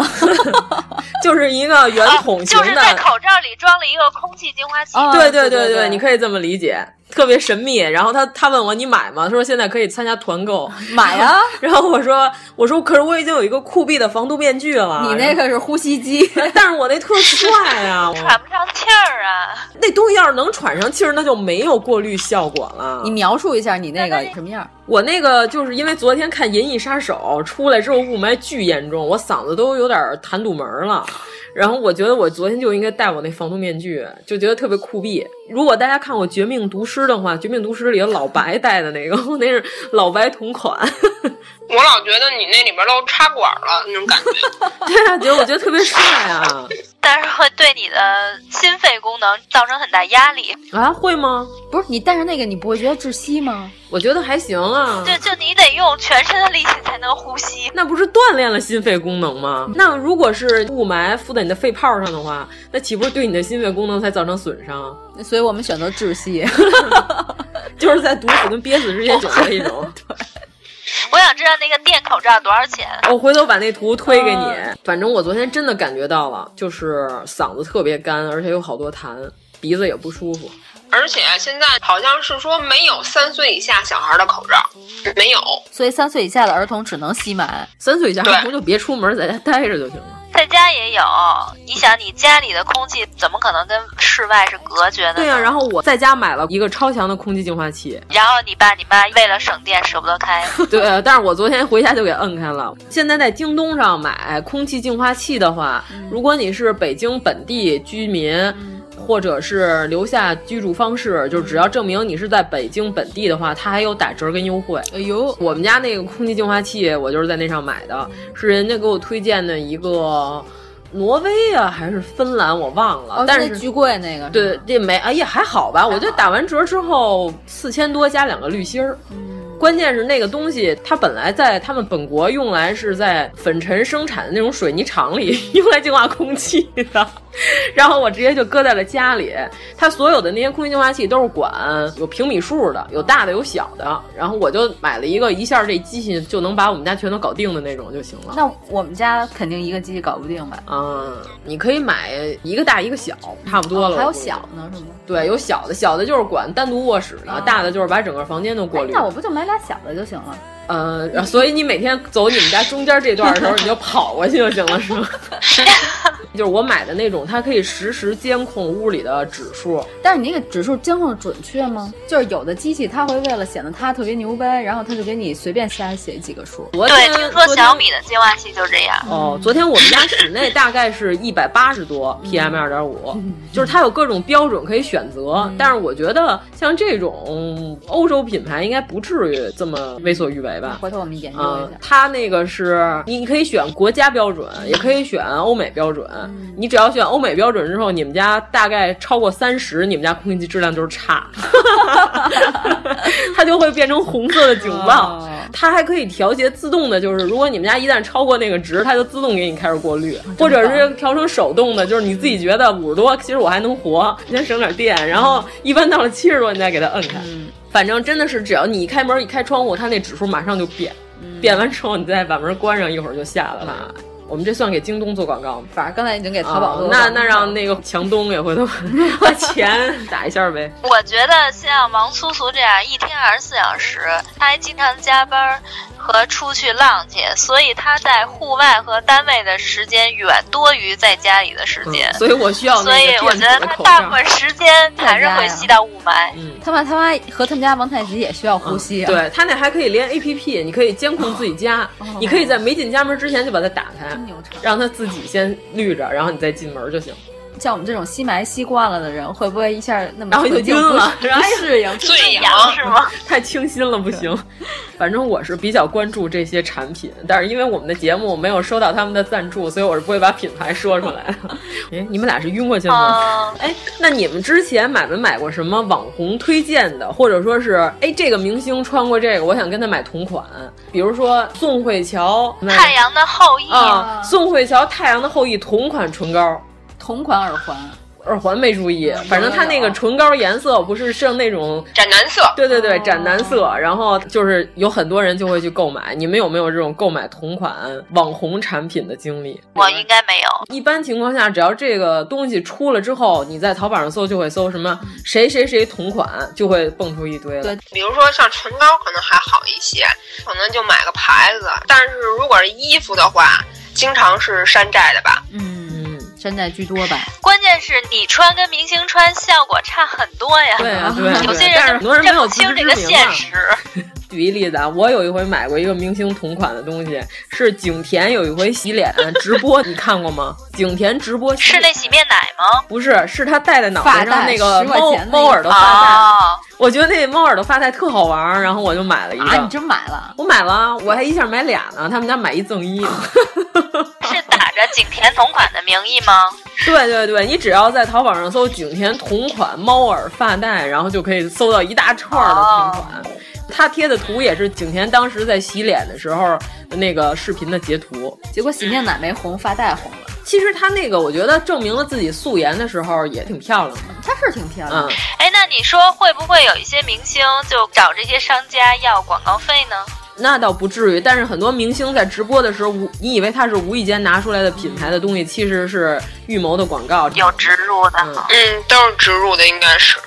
S5: 就是一个圆筒型
S3: 哦就是
S5: 的。哦
S3: 在口罩里装了一个空气净化器。
S5: 啊对
S2: 哦对
S5: 对
S2: 对对
S5: 你可以这么理解，特别神秘。然后他他问我你买吗？他说现在可以参加团购，
S2: 买呀。
S10: 啊
S5: 然后我说我说可是我已经有一个酷毙的防毒面具了，
S2: 你那个是呼吸机，
S5: 但是我那特帅 啊，我
S3: 喘不上气儿啊！
S5: 那东西要是能喘上气儿，那就没有过滤效果了。
S2: 你描述一下你那个什么样？
S5: 我那个就是因为昨天看《银翼杀手》出来之后，雾霾巨严重，我嗓子都有点弹堵门了。然后我觉得我昨天就应该戴我那防毒面具，就觉得特别酷毙。如果大家看过《绝命毒师》的话，《绝命毒师》里的老白戴的那个， 我那是老白同款。
S4: 我老觉得你那里边都插管了那种感觉。
S5: 对啊，姐，我觉得特别帅啊！
S3: 但是会对你的心肺功能造成很大压力。
S5: 啊，会吗？
S2: 不是你戴上那个，你不会觉得窒息吗？
S5: 我觉得还行啊。
S3: 对，就你得用全身的力气才能呼吸。
S5: 那不是锻炼了心肺功能吗？那如果是雾霾附在你的肺泡上的话，那岂不是对你的心肺功能才造成损伤？
S2: 所以我们选择窒息。
S5: 就是在毒死跟憋死之间选择一 种。
S3: 我想知道那个电口罩多少钱？
S5: 我回头把那图推给你。反正我昨天真的感觉到了，就是嗓子特别干，而且有好多痰，鼻子也不舒服。
S4: 而且现在好像是说没有三岁以下小孩的口罩，没有。
S2: 所以三岁以下的儿童只能吸满，
S5: 三岁以下儿童就别出门，在家待着就行了。
S3: 在家也有，你想你家里的空气怎么可能跟室外是隔绝的呢？
S5: 对呀、啊然后我在家买了一个超强的空气净化器，
S3: 然后你爸你妈为了省电舍不 得开，
S5: 对，但是我昨天回家就给摁开了。现在在京东上买空气净化器的话，
S2: 嗯
S5: 如果你是北京本地居民，或者是留下居住方式，就只要证明你是在北京本地的话，它还有打折跟优惠。
S2: 哎呦，嗯
S5: 我们家那个空气净化器，我就是在那上买的，是人家给我推荐的一个挪威啊还是芬兰，我忘了。
S2: 哦，
S5: 但
S2: 那
S5: 是
S2: 巨贵那个，
S5: 对，这没，哎呀，还好吧？我觉得打完折之后四千多加两个滤芯儿。关键是那个东西，它本来在他们本国用来是在粉尘生产的那种水泥厂里 用来净化空气的，然后我直接就搁在了家里。它所有的那些空气净化器都是管有平米数的，有大的有小的，然后我就买了一个，一下这机器就能把我们家全都搞定的那种就行了。
S2: 那我们家肯定一个机器搞不定吧？
S5: 嗯，你可以买一个大一个小，差不多了。
S2: 哦还有
S5: 哦我估计
S2: 小呢，是吗？
S5: 对，有小的，小的就是管单独卧室的，大的就是把整个房间都过
S2: 哎
S5: 滤。
S2: 那我不就买俩小的就行了？
S5: 呃， 然后所以你每天走你们家中间这段的时候，你就跑过去就行了，是吗？就是我买的那种，它可以实时监控屋里的指数。
S10: 但是你那个指数监控的准确吗？就是有的机器它会为了显得它特别牛掰，然后它就给你随便瞎写几个数。
S5: 昨天
S3: 对，听说小米的净化器就这样。
S5: 哦，昨天我们家室内大概是一百八十多
S3: 嗯
S5: PM 二点五，就是它有各种标准可以选
S3: 嗯
S5: 择，但是我觉得像这种欧洲品牌应该不至于这么为所欲为吧。
S10: 回头我们研究一
S5: 嗯
S10: 下。，
S5: 它那个是你可以选国家标准，也可以选欧美标准。
S10: 嗯
S5: 你只要选欧美标准之后，你们家大概超过三十，你们家空气质量 就是差，它就会变成红色的警报。
S10: 哦
S5: 它还可以调节自动的，就是如果你们家一旦超过那个值，它就自动给你开始过滤，
S10: 哦
S5: 或者是调成手动的，就是你自己觉得五十多，其实我还能活，先省点电，然后一般到了七十多你再给它摁开。
S10: 嗯
S5: 反正真的是，只要你一开门一开窗户，它那指数马上就变。
S10: 嗯
S5: 变完之后，你再把门关上，一会儿就下来了。我们这算给京东做广告吗？
S10: 反正刚才已经啊给淘宝做
S5: 啊
S10: 了
S5: 那那让那个强东也回头把钱打一 下呗。
S3: 我觉得像王苏苏这样一天二十四小时，他还经常加班和出去浪去，所以他在户外和单位的时间远多于在家里的时间。
S5: 嗯所以我需要那个
S3: 所以我觉得
S5: 电子的
S3: 他
S5: 口罩
S3: 大部分时间还是会吸到雾霾。
S10: 他爸他妈和他们家王太极也需要呼吸、啊
S5: 嗯
S10: 哦
S5: 对，他那还可以连 A P P，你可以监控自己家，你可以在没进家门之前就把它打开，让它自己先绿着，然后你再进门就行。
S10: 像我们这种吸霾吸惯了的人，会不会一下那么
S5: 然后就
S10: 纯净
S5: 晕了，
S10: 嗯不
S5: 然后
S10: 不适应？
S5: 最
S3: 阳是吗？
S5: 太清新了，不行。反正我是比较关注这些产品，但是因为我们的节目没有收到他们的赞助，所以我是不会把品牌说出来 的。哎，你们俩是晕过去了吗？哎，那你们之前买没买过什么网红推荐的，或者说是哎这个明星穿过这个，我想跟他买同款，比如说宋慧乔
S3: 太阳的后裔，
S5: 啊，宋慧乔《太阳的后裔》同款唇膏，
S10: 同款耳环。
S5: 耳环没注意，
S3: 嗯
S5: 反正它那个唇膏颜色不是剩那种
S4: 斩男色，
S5: 对对对，斩男色。
S3: 哦
S5: 然后就是有很多人就会去购买。你们有没有这种购买同款网红产品的经历？
S3: 我应该没有。
S5: 一般情况下，只要这个东西出了之后，你在淘宝上搜就会搜什么谁谁谁同款，就会蹦出一堆了。
S4: 比如说像唇膏可能还好一些，可能就买个牌子。但是如果是衣服的话，经常是山寨的吧？
S2: 嗯
S5: 嗯
S10: 山寨居多吧？
S3: 关键是你穿跟明星穿效果差很多呀。
S5: 对啊对啊对啊
S3: 有些
S5: 但是
S3: 人
S5: 很多人没有
S3: 认不清
S5: 自知之
S3: 这个
S5: 明
S3: 现
S5: 啊
S3: 实。
S5: 举一例子啊，我有一回买过一个明星同款的东西，是景甜有一回洗脸直播，你看过吗？景甜直播洗
S3: 是那洗面奶吗？
S5: 不是，是她戴在脑袋
S3: 发
S5: 上
S3: 带
S5: 那个
S3: 10块
S5: 猫
S3: 钱的
S5: 猫耳朵发带，
S3: 哦
S5: 我觉得那猫耳朵发带特好玩儿，然后我就买了一个。
S10: 啊，你真买了？
S5: 我买了，我还一下买俩呢，他们家买一 赠一。
S3: 是打着景甜同款的名义吗？
S5: 对对对，你只要在淘宝上搜“景甜同款猫耳发带”，然后就可以搜到一大串儿的
S10: 哦
S5: 同款。他贴的图也是景甜当时在洗脸的时候那个视频的截图。
S10: 结果洗面奶没红，发带红了。
S5: 其实她那个，我觉得证明了自己素颜的时候也挺漂亮的。
S10: 她是挺漂
S5: 亮嗯，
S3: 哎，那你说会不会有一些明星就找这些商家要广告费呢？
S5: 那倒不至于，但是很多明星在直播的时候，无你以为他是无意间拿出来的品牌的东西，其实是预谋的广告，
S3: 有植入的。
S4: 嗯，都是植入的，应该是。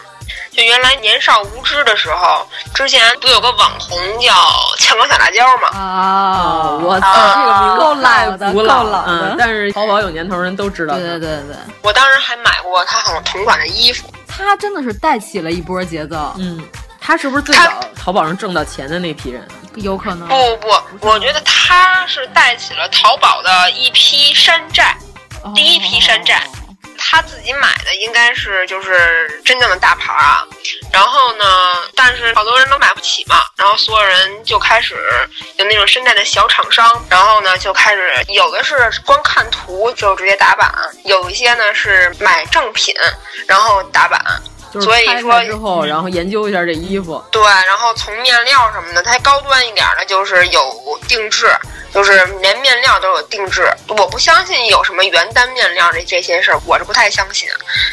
S4: 就原来年少无知的时候，之前不有个网红叫“呛狗小辣椒”吗？
S10: 啊，
S5: 我操，这个名字太古老了嗯但是淘宝有年头人都知道。
S10: 对对对对，
S4: 我当时还买过他好像同款的衣服。
S10: 他真的是带起了一波节奏。
S5: 嗯，他是不是最早淘宝上挣到钱的那批人？啊
S10: 有可能。
S4: 不不不，我觉得他是带起了淘宝的一批山寨，第一批山寨。他自己买的应该是就是真正的大牌啊，然后呢，但是好多人都买不起嘛，然后所有人就开始有那种山寨的小厂商，然后呢就开始有的是光看图就直接打版，有一些呢是买正品然后打版，
S5: 就是
S4: 所以
S5: 拍
S4: 说
S5: 开之后，然后研究一下这衣服。
S4: 对，然后从面料什么的，它高端一点的，就是有定制，就是连面料都有定制。我不相信有什么原单面料这这些事儿，我是不太相信。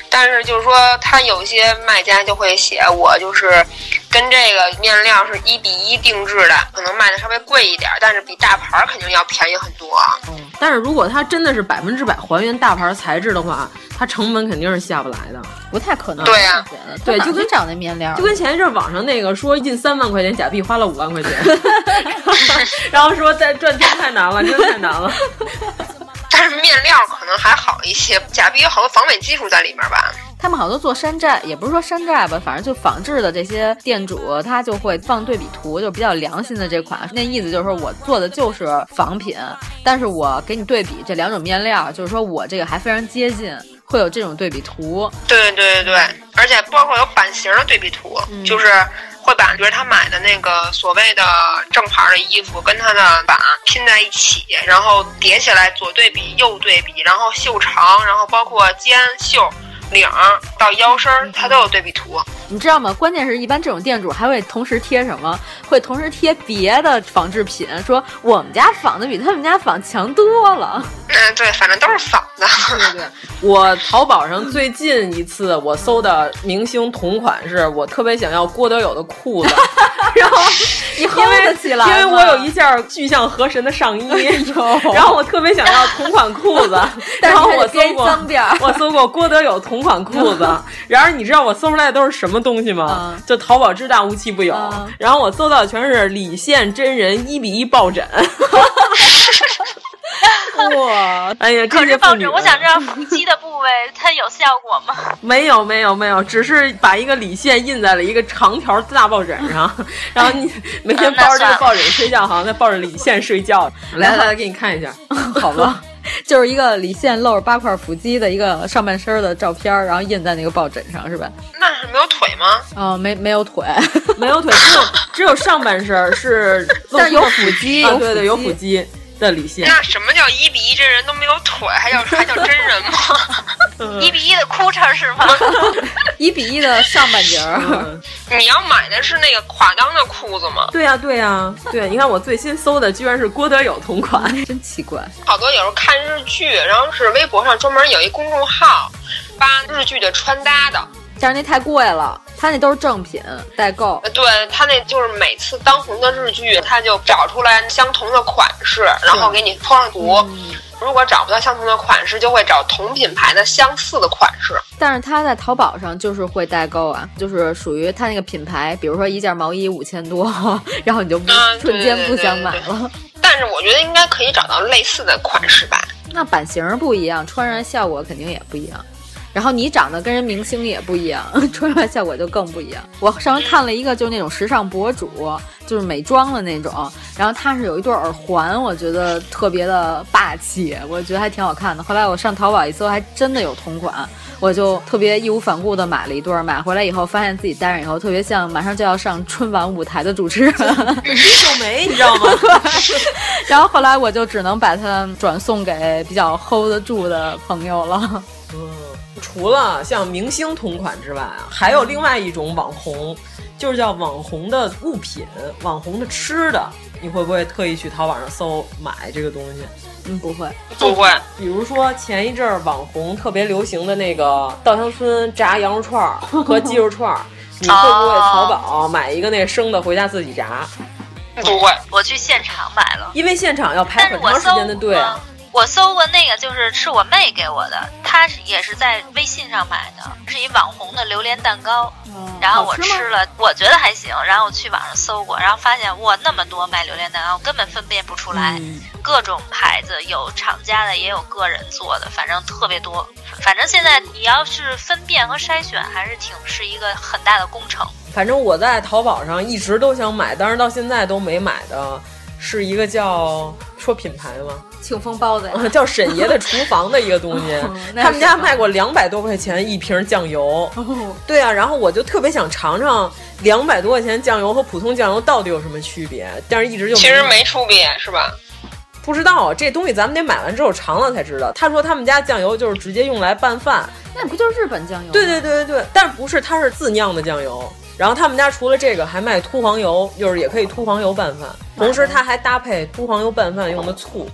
S4: 但是就是说，他有一些卖家就会写我就是跟这个面料是一比一定制的，可能卖的稍微贵一点，但是比大牌儿肯定要便宜很多啊。
S5: 但是如果它真的是百分之百还原大牌材质的话，它成本肯定是下不来的，
S10: 不太可能
S5: 对
S4: 啊
S5: 呀、对，
S10: 他哪
S5: 就跟
S10: 去找那面料，
S5: 就跟前一阵网上那个说印三万块钱假币花了五万块 钱，然后说再赚钱太难了，真的太难了。
S4: 但是面料可能还好一些，假币有好多防伪技术在里面吧。
S5: 他们好多做山寨，也不是说山寨吧，反正就仿制的这些店主，他就会放对比图，就比较良心的这款。那意思就是说我做的就是仿品，但是我给你对比这两种面料，就是说我这个还非常接近，会有这种对比图。
S4: 对对对对，而且包括有版型的对比图，
S5: 嗯
S4: 就是会把比如他买的那个所谓的正牌的衣服跟他的版拼在一起，然后叠起来左对比右对比，然后袖长，然后包括肩袖。领儿到腰身儿，它都有对比图。
S5: 你知道吗？关键是一般这种店主还会同时贴什么？会同时贴别的仿制品，说我们家仿的比他们家仿强多了。
S4: 嗯，对，反正都是仿的。
S9: 对对， 我淘宝上最近一次我搜的明星同款是我特别想要郭德友的裤 子，然后
S5: 你
S9: 因
S5: 薅得
S9: 为
S5: 起来吗，
S9: 因为我有一件巨像河神的上衣， 然后我特别想要同款裤子然
S5: 但是
S9: 后
S5: 你
S9: 我
S5: 还得
S9: 搜
S5: 编
S9: 过
S5: 脏辫儿
S9: 我搜过郭德友同款裤 子，然而你知道我搜出来的都是什么东西吗？
S3: 嗯
S9: 就淘宝之大无奇不有，然后我搜到的全是李现真人一比一抱 枕。哇！哎呀，这
S3: 可
S9: 些
S3: 是
S9: 妇
S3: 抱
S9: 女嗯
S3: 着，我想知道腹肌的部位它有效果吗？
S9: 没有没有没有，只是把一个李现印在了一个长条大抱枕 上，然后你每
S3: 嗯
S9: 天抱着这个抱枕睡觉，好像在抱着李现睡 觉。来来来，给你看一下，好吧？
S5: 就是一个李现露着八块腹肌的一个上半身的照片，然后印在那个抱枕上，是吧？
S4: 那是没有腿吗？
S5: 啊、没没有腿，
S9: 没有腿，只有只有上半身 是露出
S5: 但是有
S9: 了
S5: 腹肌
S9: 啊
S5: 有
S9: 对对，
S5: 腹
S9: 有
S5: 肌
S9: 腹肌的李现。
S4: 那什么叫一比一真人都没有腿，还叫还叫真人 吗？
S3: 一比一的裤衩是吗？
S5: 一比一的上半截儿。
S4: 你要买的是那个垮裆的裤子吗？
S9: 对呀、对呀、对，你看我最新搜的居然是 郭德友同款，
S5: 真奇怪。
S4: 好多有时候看日剧，然后是微博上专门有一公众号发日剧的穿搭的。
S5: 但是那太贵了，他那都是正品代购。
S4: 呃对他那就是每次当红的日剧，他就找出来相同的款式，然后给你拖上图。
S9: 嗯
S4: 如果找不到相同的款式，就会找同品牌的相似的款式。
S5: 但是他在淘宝上就是会代购啊，就是属于他那个品牌，比如说一件毛衣五千多， 然后你就不、
S4: 嗯
S5: 瞬间不想买了。
S4: 但是我觉得应该可以找到类似的款式吧。
S5: 那版型儿不一样，穿上效果肯定也不一样。然后你长得跟人明星也不一样， 穿上效果就更不一样。我上次看了一个，就是那种时尚博主，就是美妆的那种。然后他是有一对耳环，我觉得特别的霸气，我觉得还挺好看的。后来我上淘宝一搜，还真的有同款，我就特别义无反顾的买了一对儿。买回来以后，发现自己戴上以后，特别像马上就要上春晚舞台的主持人。
S9: 秀梅，你知道吗？
S5: 然后后来我就只能把它转送给比较 hold 得住的朋友了。
S9: 除了像明星同款之外啊，还有另外一种网红，就是叫网红的物品、网红的吃的。你会不会特意去淘宝上搜买这个东西？
S5: 嗯，不会。
S4: 不会。
S9: 比如说前一阵儿网红特别流行的那个稻香村炸羊肉串儿 和鸡肉串儿，你会不会
S3: 哦
S9: 淘宝买一个那生的回家自己炸？
S4: 不会，
S3: 我去现场买了。
S9: 因为现场要排很长时间的队。
S3: 我搜过那个，就是是我妹给我的，她是也是在微信上买的，是一网红的榴莲蛋糕。
S9: 哦
S3: 然后我吃了，我觉得还行。然后我去网上搜过，然后发现哇，那么多卖榴莲蛋糕，根本分辨不出来，
S9: 嗯
S3: 各种牌子，有厂家的，也有个人做的，反正特别多。反正现在你要是分辨和筛选，还是挺是一个很大的工程。
S9: 反正我在淘宝上一直都想买，但是到现在都没买的，是一个叫说品牌吗？
S5: 庆丰包子呀，
S9: 叫沈爷的厨房的一个东西
S5: 那是啊
S9: 他们家卖过两百多块钱一瓶酱油。对啊，然后我就特别想尝尝两百多块钱酱油和普通酱油到底有什么区别，但是一直就
S4: 其实没出别是吧？
S9: 不知道这东西，咱们得买完之后尝了才知道。他说他们家酱油就是直接用来拌饭，
S5: 那不就是日本酱油？
S9: 对对对对对，但是不是，它是自酿的酱油。然后他们家除了这个，还卖秃黄油，就是也可以秃黄油拌饭，同时它还搭配秃黄油拌饭用的醋。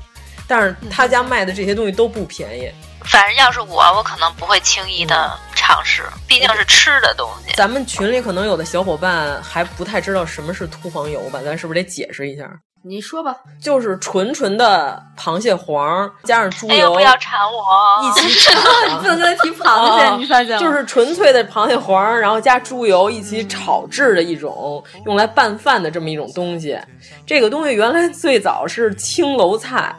S9: 但是他家卖的这些东西都不便宜。
S3: 反正要是我，我可能不会轻易的尝试，毕
S9: 哎
S3: 竟是吃的东西。
S9: 咱们群里可能有的小伙伴还不太知道什么是秃黄油吧，咱是不是得解释一下？
S5: 你说吧，
S9: 就是纯纯的螃蟹黄加上猪
S3: 哎呦，
S9: 油，
S3: 不要馋我！
S9: 一 起啊炒
S5: 你不能跟他提螃
S9: 啊
S5: 蟹，你发 现吗？
S9: 就是纯粹的螃蟹黄，然后加猪油一起炒制的一种用来拌饭的这么一种东西。这个东西原来最早是青楼菜，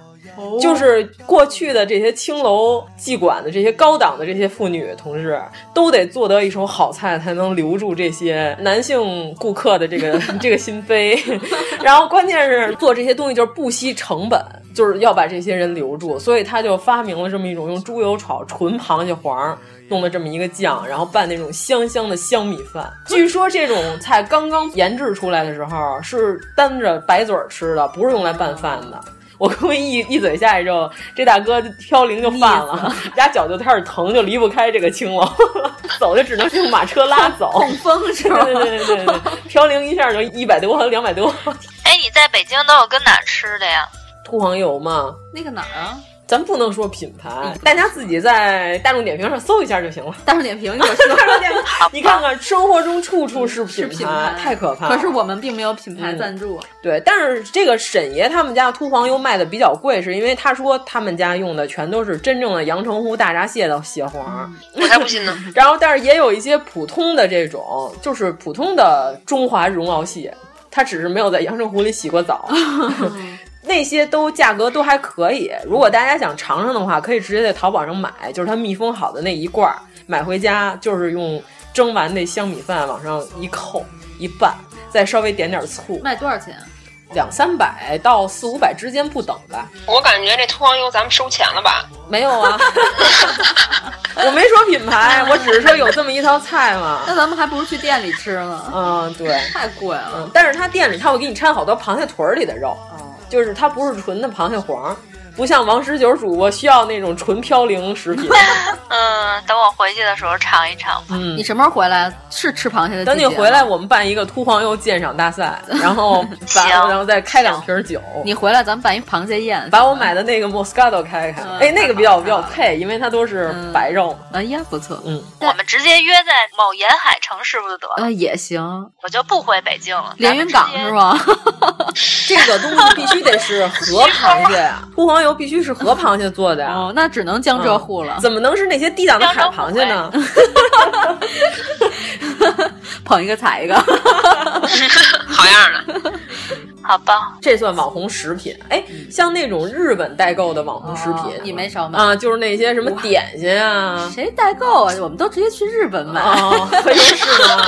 S9: 就是过去的这些青楼妓馆的这些高档的这些妇女同志，都得做得一手好菜，才能留住这些男性顾客的这个这个心扉。 然后关键是做这些东西就是不惜成本，就是要把这些人留住，所以他就发明了这么一种用猪油炒纯螃蟹黄。弄的这么一个酱，然后拌那种香香的香米饭。据说这种菜刚刚研制出来的时候是单着白嘴儿吃的，不是用来拌饭的。我估计一一嘴下去之后，这大哥飘零就犯了，俩脚就开始疼，就离不开这个青楼， 走就只能用马车拉走，
S5: 痛风是吧？
S9: 对对对对对，飘零一下就一百多，两百多。
S3: 哎，你在北京都有跟哪儿吃的呀？
S9: 兔黄油嘛，
S5: 那个哪儿啊？
S9: 咱不能说品牌，大家自己在大众点评上搜一下就行了。
S5: 大众点 评，
S9: 大众 点评，你看看，生活中处处是品牌，太可怕了。嗯
S5: 可是我们并没有品牌赞助。
S9: 对，但是这个沈爷他们家秃黄油卖的比较贵，是因为他说他们家用的全都是真正的阳澄湖大闸蟹的蟹黄，
S4: 我才不 信呢。
S9: 然后，但是也有一些普通的这种，就是普通的中华绒螯蟹，它只是没有在阳澄湖里洗过澡。那些都价格都还可以，如果大家想尝尝的话，可以直接在淘宝上买，就是它密封好的那一罐儿，买回家就是用蒸完那香米饭往上一扣一拌，再稍微点点醋。哎
S5: 卖多少钱？
S9: 两三百到四五百之间不等吧。
S4: 我感觉这秃黄油咱们收钱了吧？
S9: 没有啊，我没说品牌，我只是说有这么一道菜嘛。
S5: 那咱们还不如去店里吃呢。
S9: 嗯，对，
S5: 太贵了。
S9: 嗯、但是它店里它会给你掺好多螃蟹腿儿里的肉。就是它不是纯的螃蟹黄，不像王十九主播需要那种纯嘌呤食品。
S3: 嗯，等我回去的时候尝一尝吧。
S9: 嗯，
S5: 你什么时候回来？是吃螃蟹的。啊
S9: 等你回来，我们办一个秃黄油鉴赏大赛，然后把然后再开两瓶酒。
S5: 你回来，咱们办一螃蟹宴，
S9: 把我买的那个 Moscato 开开。哎、嗯，那个比较比较配，因为它都是白肉。
S5: 嗯、哎呀，不错。
S9: 嗯，
S3: 我们直接约在某沿海城市不就得了？
S5: 啊，也行。
S3: 我就不回北京了。
S5: 连云港是吗？
S9: 这个东西必须得是河 螃蟹呀、啊，秃黄油必须是河螃蟹做的呀、啊。
S5: 哦，那只能江浙沪了、
S9: 嗯。怎么能是那些低档的海螃蟹呢？
S5: 捧一个踩一个，
S9: 哎
S4: 好样的！
S3: 好吧，
S9: 这算网红食品。哎，像那种日本代购的网红食品，哦、
S5: 你没少买
S9: 啊？就是那些什么点心啊？
S5: 谁代购啊？我们都直接去日本买。
S9: 哦，可以是 吗？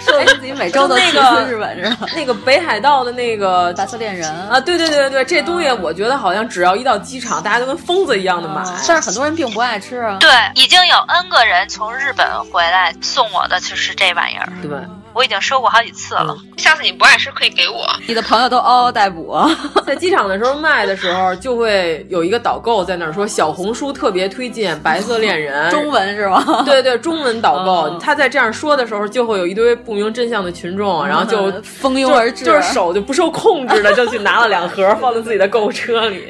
S5: 说明自己每周都去日本
S9: 是吧、那个？那个北海道的那个
S5: 白色恋人
S9: 啊，对对对对，这东西我觉得好像只要一到机场，大家都跟疯子一样的买。哦、
S5: 但是很多人并不爱吃啊。
S3: 对，已经有 N 个人从日本回来送我的就是这玩意
S5: 嗯
S3: 儿。
S9: 对。
S3: 我已经收过好几次了，
S4: 下次你不爱吃可以给我。
S5: 你的朋友都嗷嗷待哺。啊
S9: 在机场的时候卖的时候，就会有一个导购在那儿说小红书特别推荐《白色恋人》，
S5: 中文哦是吗？
S9: 哎对对，中文导购。嗯、他在这样说的时候，就会有一堆不明真相的群众，然后就、嗯、
S5: 蜂拥而至
S9: 就，就是手就不受控制的就去拿了两盒，放在自己的购物车里。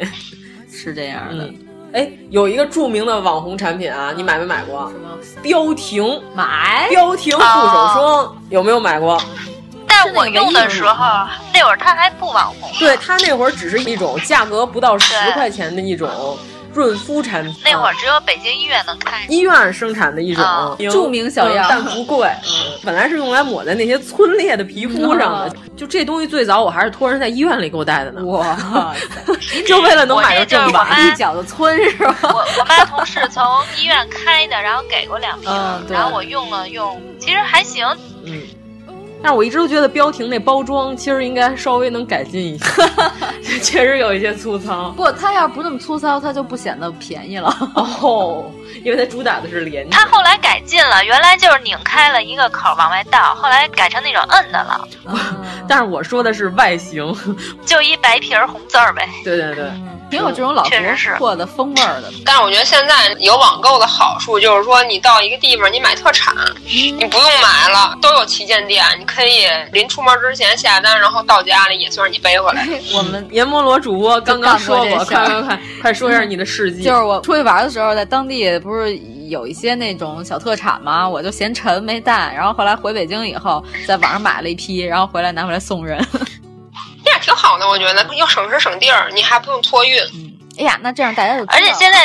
S5: 是这样的。
S9: 嗯哎，有一个著名的网红产品啊，你买没买过？
S5: 什么？
S9: 标婷
S5: 买
S9: 标婷护手霜、哦、有没有买过？
S5: 嗯
S3: 但我用的时候，那会儿它还不网红。
S9: 对，它那会儿只是一种价格不到十块钱的一种。润肤产品，
S3: 那会
S5: 嗯
S3: 儿只有北京医院能开，
S9: 医院生产的一种、
S3: 哦、
S5: 著名小药，
S9: 但不贵。嗯、本来是用来抹在那些皴裂的皮肤上
S5: 啊
S9: 的，嗯、就这东西最早我还是托人在医院里给我带的呢。
S5: 哇，
S9: 就为了能 买到正版，
S5: 一脚就皴是吧？
S3: 我我妈同事从医院开的，然后给过两瓶，嗯、然后我用了用，其实还行。
S9: 嗯。但是我一直都觉得标婷那包装其实应该稍微能改进一下，确实有一些粗糙。
S5: 不，它要不那么粗糙，它就不显得便宜了。
S9: 哦，因为它主打的是
S4: 嗯
S9: 廉价。
S3: 它后来改进了，原来就是拧开了一个口往外倒，后来改成那种摁的了。
S4: 嗯
S9: 但是我说的是外形，
S3: 就一白皮儿红字儿呗。
S9: 对对对。
S5: 挺有这种老婆货的风味儿的，
S4: 但是我觉得现在有网购的好处就是说，你到一个地方你买特产，
S9: 嗯
S4: 你不用买了，都有旗舰店，你可以临出门之前下单，然后到家里也算是你背回来。
S9: 我们阎摩罗主播刚刚说
S5: 过，
S9: 快快快，快说一下你的事迹。
S5: 就是我出去玩的时候，在当地不是有一些那种小特产嘛，我就嫌沉没带，然后后来回北京以后，在网上买了一批，然后回来拿回来送人。
S4: 这样挺好的，我觉得又省时省地儿，你还不用托运。
S5: 嗯， 哎呀，那这样大家就
S3: 而且现在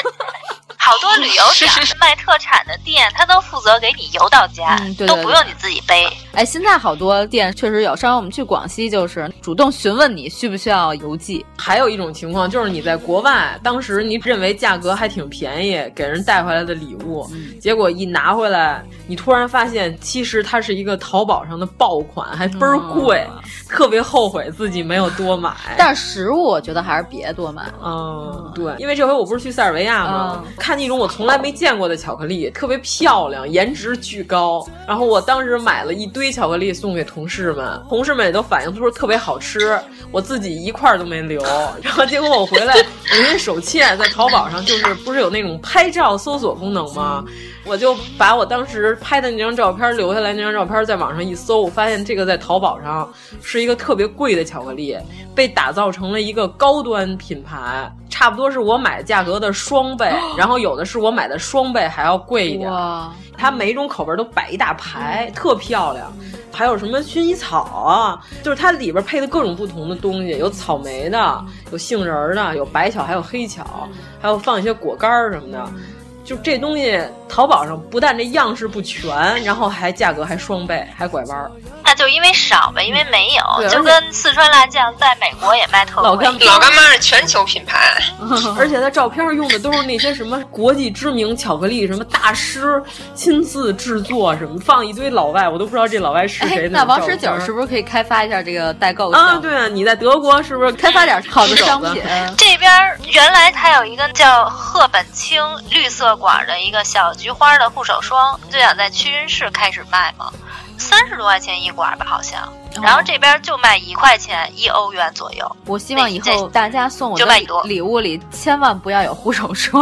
S3: 好多旅游点卖特产的店，他都负责给你邮到家，
S5: 嗯、对对对
S3: 都不用你自己背。
S5: 哎，现在好多店确实有，上回我们去广西就是主动询问你需不需要邮寄。
S9: 还有一种情况就是你在国外，当时你认为价格还挺便宜，给人带回来的礼物，
S5: 嗯
S9: 结果一拿回来，你突然发现其实它是一个淘宝上的爆款，还倍儿
S5: 嗯
S9: 贵，特别后悔自己没有多买。
S5: 但是食物我觉得还是别多买了。
S9: 嗯，对，因为这回我不是去塞尔维亚吗？看见一种我从来没见过的巧克力，特别漂亮，颜值巨高。然后我当时买了一堆巧克力送给同事们，同事们也都反映说特别好吃，我自己一块儿都没留。然后结果我回来，我因为手欠，在淘宝上就是不是有那种拍照搜索功能吗？我就把我当时拍的那张照片留下来，那张照片在网上一搜，我发现这个在淘宝上是一个特别贵的巧克力，被打造成了一个高端品牌，差不多是我买价格的双倍，然后有的是我买的双倍还要贵
S5: 嗯
S9: 一点。 它每种口味都摆一大排，特漂亮。还有什么薰衣草啊，就是它里边配的各种不同的东西，有草莓的，有杏仁儿的，有白巧，还有黑巧，还有放一些果干儿什么的。就这东西，淘宝上不但这样式不全，然后还价格还双倍，还拐弯儿。
S3: 那就因为少吧，因为没有，
S9: 对
S3: 就
S9: 而且
S3: 跟四川辣酱在美国也卖特贵。
S9: 老干
S4: 老干妈是全球品牌，
S9: 而且它照片用的都是那些什么国际知名巧克力，什么大师亲自制作，什么放一堆老外，我都不知道这老外是谁
S5: 哎，
S9: 种照片。
S5: 那王十九是不是可以开发一下这个代购项目
S9: 啊？对啊，你在德国是不是
S5: 开发点好的商品？
S3: 这边儿原来它有一个叫赫本清绿色管的一个小菊花的护手霜，就想在屈臣氏开始卖嘛，三十多块钱一管吧，好像。
S9: 哦
S3: 然后这边就卖一块钱，一欧元左右。
S5: 我希望以后大家送我
S3: 就
S5: 的
S3: 卖一摞
S5: 礼物里千万不要有护手 霜，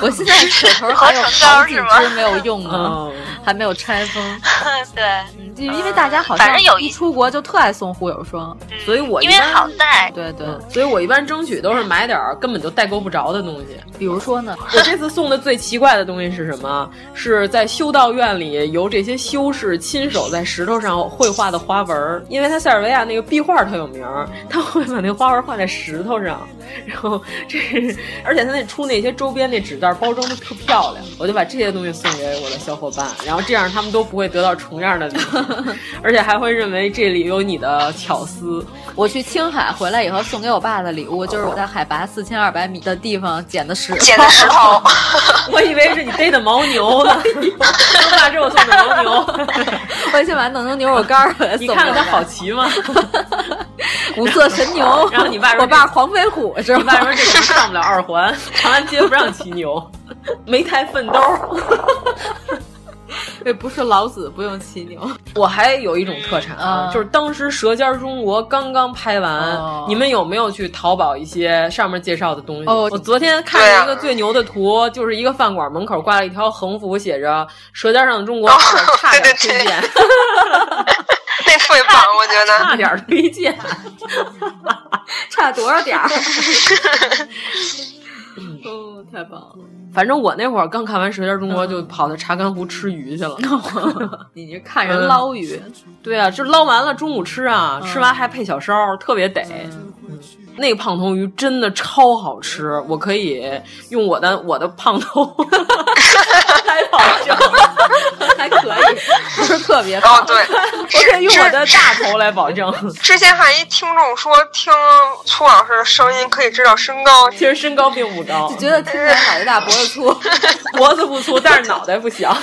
S5: 我现在手头还有好几支没有用
S9: 哦
S5: 呢， 还没有拆封。
S3: 对，
S5: 嗯就因为大家好
S3: 反
S5: 像
S3: 正有
S5: 一出国就特爱送护手霜，
S9: 所以我一
S3: 因为
S9: 般
S3: 好带。
S5: 对对，
S9: 所以我一般争取都是买点儿根本就代购不着的东西。
S5: 比如说呢，
S9: 我这次送的最奇怪的东西是什么？是在修道院里由这些修士亲手在石头上绘画的花纹儿，因为他塞尔维亚那个壁画特有名儿，他会把那个花纹画在石头上，然后这是，而且他那出那些周边那纸袋包装的特漂亮，我就把这些东西送给我的小伙伴，然后这样他们都不会得到重样的礼物，而且还会认为这里有你的巧思。
S5: 我去青海回来以后送给我爸的礼物，就是我在海拔四千二百米的地方捡的石
S4: 捡的石 头。
S9: 我以为是你逮的牦牛呢， 我爸这我送的牦牛，
S5: 我先把弄成牛肉干儿回来送
S9: 你
S5: 给我
S9: 看看它
S5: 爸
S9: 好骑吗？
S5: 五色神牛，
S9: 然后你爸说
S5: 我爸黄飞虎是吧？
S9: 你爸说这个上不了二 环，长安街不让骑牛，没带粪兜。
S5: 这不是老子不用骑牛，
S9: 我还有一种特产啊，
S5: 嗯
S9: 就是当时《舌尖中国》刚刚拍完，
S5: 哦
S9: 你们有没有去淘宝一些上面介绍的东西？
S5: 哦
S9: 我昨天看了一个最牛的图，就是一个饭馆门口挂了一条横幅，写着《舌尖上的中国》差点推荐，
S4: 那特别棒，我觉得。
S9: 差点推荐。
S5: 差多少 点儿？哦，太棒了！嗯
S9: 反正我那会儿刚看完《舌尖中国》，就跑到查干湖吃鱼去了。
S5: 你这看人捞鱼，嗯
S9: 对啊，就捞完了中午吃啊，吃完还配小烧，特别得。那个胖头鱼真的超好吃，我可以用我的我的胖头来保证，
S5: 还 可以，不是特别
S4: 哦，
S5: 棒。
S4: 对，
S9: 啊我可以用我的大头来保 证。
S4: 之前还一听众说，听粗老师的声音可以知道身高，
S9: 其实身高并不高，
S5: 觉得听起来脑袋大脖子 粗，
S9: 脖子不粗，但是脑袋不小，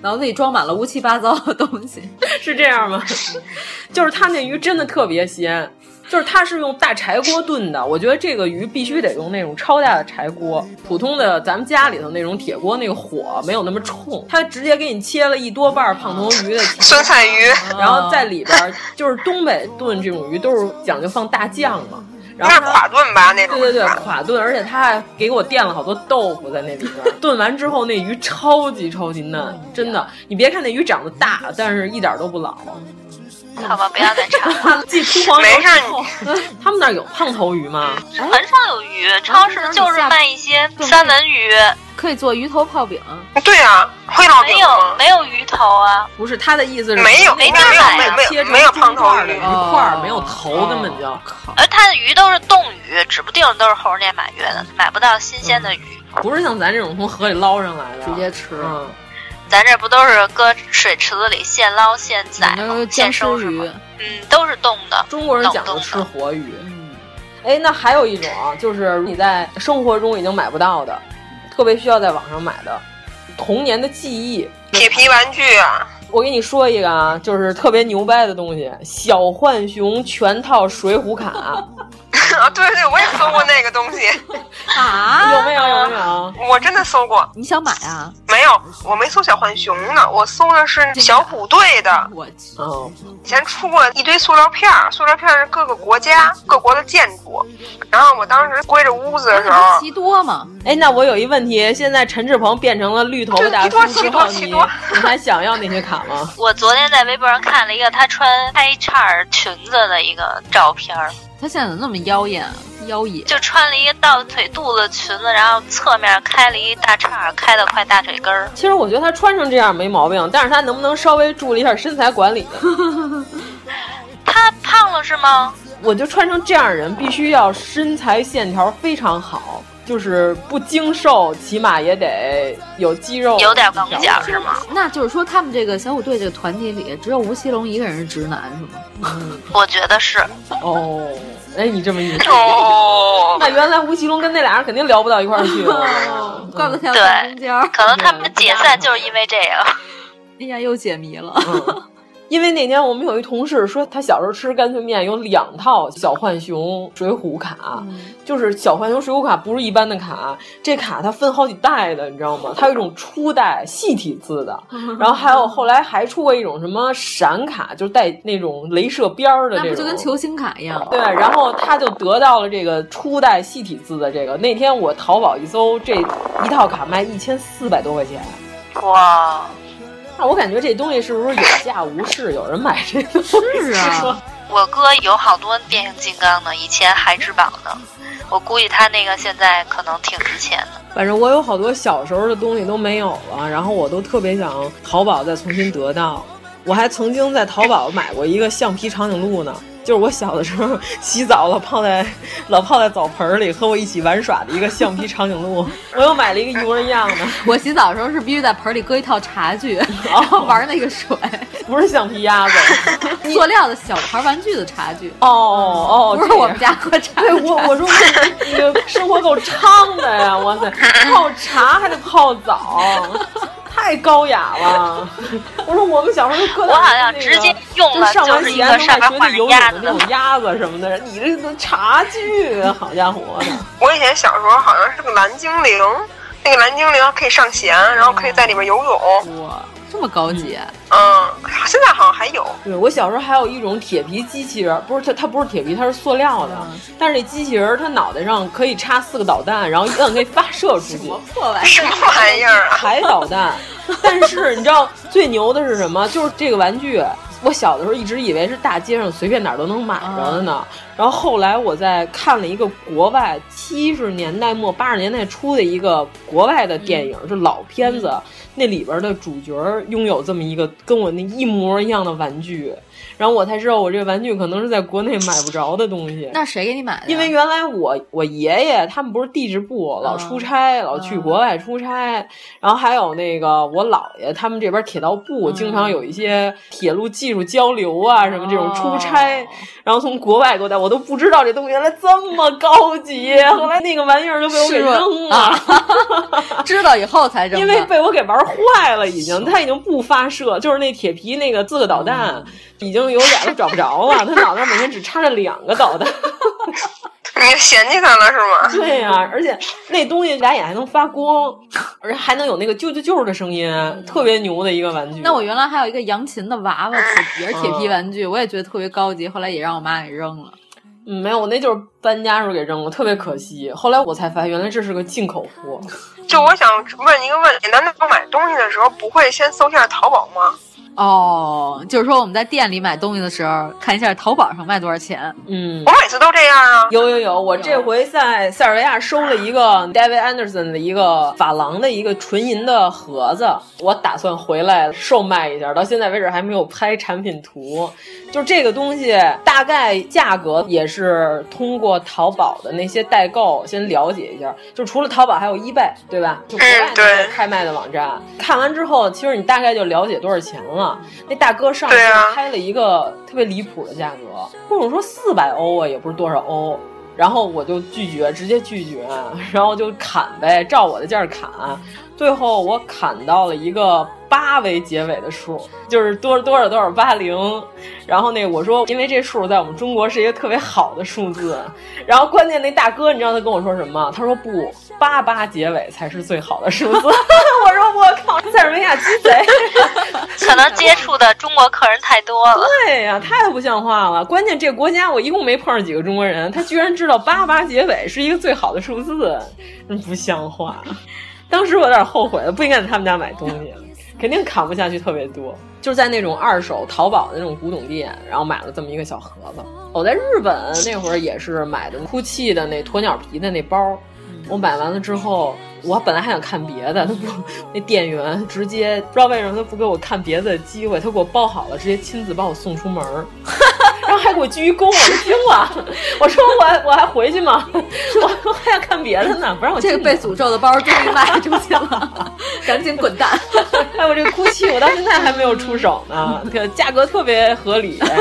S5: 脑子里装满了乌七八糟的东西。
S9: 是这样吗？ 就是他那鱼真的特别鲜。就是它是用大柴锅炖的，我觉得这个鱼必须得用那种超大的柴锅，普通的咱们家里头那种铁锅那个火没有那么冲，它直接给你切了一多半儿胖头鱼的前
S4: 酸菜鱼，
S9: 然后在里边儿就是东北炖这种鱼都是讲究放大酱嘛，然
S4: 那
S9: 后
S4: 是
S9: 它
S4: 垮炖吧？那种
S9: 对对对
S4: 是吧
S9: 垮炖，而且它还给我垫了好多豆腐在那里边儿。炖完之后那鱼超级超级嫩，真的，你别看那鱼长得大，但是一点儿都不老。
S3: 好吧，不要再查了。
S9: 继出黄
S4: 没
S9: 油
S4: 事
S9: 之后，他们那儿有胖头鱼吗？
S3: 很少有鱼，
S9: 嗯
S3: 超市就是卖一些三文鱼，
S5: 可以做鱼头泡饼，
S4: 对啊，会烙饼
S3: 没
S4: 吗
S3: 有？没有鱼头啊。
S9: 不是他的意思是
S4: 没有
S9: 那
S3: 没有
S9: 边儿
S4: 没有
S9: 切成
S4: 没有
S9: 中
S4: 胖头
S9: 块儿的
S4: 鱼
S5: 啊
S9: 鱼块儿，没有
S5: 哦
S9: 头，根本就
S4: 哦
S3: 而它的鱼都是冻鱼，指不定都是猴年马月的，买不到新鲜的鱼。
S9: 不是像咱这种从河里捞上来的，啊
S5: 直接吃。
S9: 嗯，
S3: 咱这不都是搁水池子里现捞现
S5: 嗯
S3: 宰吗？现收
S5: 鱼，
S3: 嗯，都是冻的。
S9: 中国人讲究吃活鱼。哎，那还有一种啊，就是你在生活中已经买不到的，特别需要在网上买的，童年的记忆，
S4: 铁皮玩具啊。
S9: 我给你说一个啊，就是特别牛掰的东西，小浣熊全套水浒卡。
S4: 啊，对对，我也搜过那个东西。
S5: 啊？
S9: 有没有？有没有？
S4: 我真的搜过。
S5: 你想买啊？
S4: 没有，我没搜小浣熊呢，我搜的是小虎队的。
S5: 我
S9: 哦，
S4: 以前出过一堆塑料片儿，塑料片儿是各个国家、各国的建筑。然后我当时归着屋子的时
S9: 啊
S4: 候，
S5: 奇多嘛。
S9: 哎，那我有一问题，现在陈志鹏变成了绿头发大叔
S4: 奇
S9: 之
S4: 多
S9: 后，
S4: 奇多奇
S9: 你
S4: 多
S9: 你还想要那些卡吗？
S3: 我昨天在微博上看了一个她穿开叉裙子的一个照片儿，
S5: 他现在怎么那么妖艳啊？妖冶。
S3: 就穿了一个到腿肚子裙子，然后侧面开了一大叉儿，开到快大腿根儿。
S9: 其实我觉得他穿成这样没毛病，但是他能不能稍微注意一下身材管理呢？
S3: 她胖了是吗？
S9: 我就穿成这样的人，必须要身材线条非常好，就是不精瘦，起码也得有肌肉，
S3: 有点棱角是吗？
S5: 那就是说，他们这个小虎队这个团体里，只有吴奇隆一个人是直男，是吗？
S3: 我觉得是。
S9: 哦，哎，你这么一说，
S4: 哦，
S9: 那原来吴奇隆跟那俩人肯定聊不到一块儿 去了。
S5: 怪不得他要站中
S3: 对
S5: 间儿。，
S3: 可能他们解散就是因为这个。
S5: 哎呀，又解谜了。
S9: 因为那天我们有一同事说，他小时候吃干脆面有两套小浣熊水浒卡，
S5: 嗯
S9: 就是小浣熊水浒卡不是一般的卡，这卡它分好几代的，你知道吗？它有一种初代细体字 的，然后还有后来还出过一种什么闪卡，就是带那种镭射边儿的
S5: 那
S9: 这
S5: 不
S9: 种，
S5: 就跟球星卡一样？
S9: 对，然后他就得到了这个初代细体字的这个。那天我淘宝一搜，这一套卡卖一千四百多块钱。
S3: 哇，
S9: 那我感觉这东西是不是有价无市？有人买这个？是
S3: 啊，我哥有好多变形金刚呢，以前还之宝呢，我估计他那个现在可能挺值钱的。
S9: 反正我有好多小时候的东西都没有了，然后我都特别想淘宝再重新得到。我还曾经在淘宝买过一个橡皮长颈鹿呢，就是我小的时候洗澡老泡在老泡在澡盆里和我一起玩耍的一个橡皮长颈鹿。我又买了一个一模一样的，
S5: 我洗澡的时候是必须在盆里搁一套茶具，
S9: 哦
S5: 然后玩那 个水，
S9: 不是橡皮鸭子，
S5: 塑料的小孩玩具的茶具。
S9: 哦哦，
S5: 不是
S9: 这样
S5: 我们 家喝茶。
S9: 对我我说我你这生活够昌的呀！哇 塞，泡茶还得泡澡，太高雅了。我说我们小时候就搁到
S3: 我好像
S9: 那个
S3: 直接用了
S9: 就上完
S3: 就是一
S9: 学
S3: 个
S9: 能
S3: 上
S9: 在水
S3: 面画
S9: 里
S3: 着
S9: 游泳
S3: 鸭
S9: 的
S3: 子
S9: 那种鸭子什么的，你这都茶具，啊好家伙的！
S4: 我以前小时候好像是个蓝精灵，那个蓝精灵可以上弦，然后可以在里面游泳。
S5: 哇，这么高级、啊
S4: 嗯，现在好像还有。
S9: 对我小时候还有一种铁皮机器人，不是它它不是铁皮，它是塑料的，
S4: 嗯
S9: 但是这机器人它脑袋上可以插四个导弹，然后一摁可以发射出去。
S5: 破玩意
S4: 什么玩意儿啊？
S9: 海导弹。但是你知道最牛的是什么？就是这个玩具。我小的时候一直以为是大街上随便哪儿都能买着的呢，然后后来我在看了一个国外七十年代末八十年代初的一个国外的电影，是老片子，那里边的主角拥有这么一个跟我那一模一样的玩具，然后我才知道我这个玩具可能是在国内买不着的东西。
S5: 那谁给你买哎的呀？
S9: 因为原来我我爷爷他们不是地质部老
S5: 嗯
S9: 出差，老去国外出差，然后还有那个我姥爷他们这边铁道部经常
S5: 嗯
S9: 有一些铁路技术交流啊、什么这种出
S5: 哦
S9: 差，然后从国外给我带，我都不知道这东西原来这么高级，啊后来那个玩意儿就被我给
S5: 嗯是吧
S9: 扔了。
S5: 哦知道以后才扔的，
S9: 因为被我给玩坏了，已经，它已经不发射，就是那铁皮那个四个导
S5: 嗯
S9: 弹，已经有俩都找不着了，他脑袋每天只插着两个导弹。
S4: 你嫌弃他了是 吗？
S9: 对呀、 而且那东西俩眼还能发光，而且还能有那个啾啾啾的声音，特别牛的一个玩具。
S5: 嗯那我原来还有一个扬琴的娃 娃，铁也是铁皮玩具，我也觉得特别高级，后来也让我妈给扔了。
S9: 嗯没有，我那就是搬家时候给扔了，特别可惜。后来我才发现，原来这是个进口货。
S4: 就我想问一个问题：难道买东西的时候不会先搜一下淘宝吗？
S5: 哦，就是说我们在店里买东西的时候，看一下淘宝上卖多少钱。
S9: 嗯，
S4: 我每次都这样啊。
S9: 有有有，我这回在塞尔维亚收了一个 David Anderson 的一个珐琅的一个纯银的盒子，我打算回来售卖一下，到现在为止还没有拍产品图。就这个东西，大概价格也是通过淘宝的那些代购先了解一下。就除了淘宝，还有 eBay，对吧？就国外那些开卖的网站，看完之后，其实你大概就了解多少钱了。那大哥上次
S4: 对啊
S9: 开了一个特别离谱的价格，跟我说四百欧啊，也不是多少欧。然后我就拒绝，直接拒绝，然后就砍呗，照我的价儿砍。最后我砍到了一个八为结尾的数，就是多多少多少八零。然后那我说，因为这数在我们中国是一个特别好的数字。然后关键那大哥，你知道他跟我说什么吗？他说不，八八结尾才是最好的数字。 我说我靠，塞尔维亚鸡贼。
S3: 可能接触的中国客人太多了。
S9: 对呀、太不像话了！关键这个国家我一共没碰上几个中国人，他居然知道八八结尾是一个最好的数字，真不像话。当时我有点后悔了，不应该在他们家买东西，肯定砍不下去特别多。就是在那种二手淘宝的那种古董店，然后买了这么一个小盒子。我在日本那会儿也是买的 GUCCI 的那鸵鸟皮的那包，我买完了之后，我本来还想看别的，他不，那店员直接不知道为什么他不给我看别的机会，他给我包好了，直接亲自把我送出门 儿，然后还给我鞠一躬，我就惊了， 我说我还我还回去吗？ 我我还想看别的呢，不让我进
S5: 这个被诅咒的包终于卖出去 了，赶紧滚蛋！
S9: 哎，我这个 GUCCI 我到现在还没有出手 呢，可价格特别合理。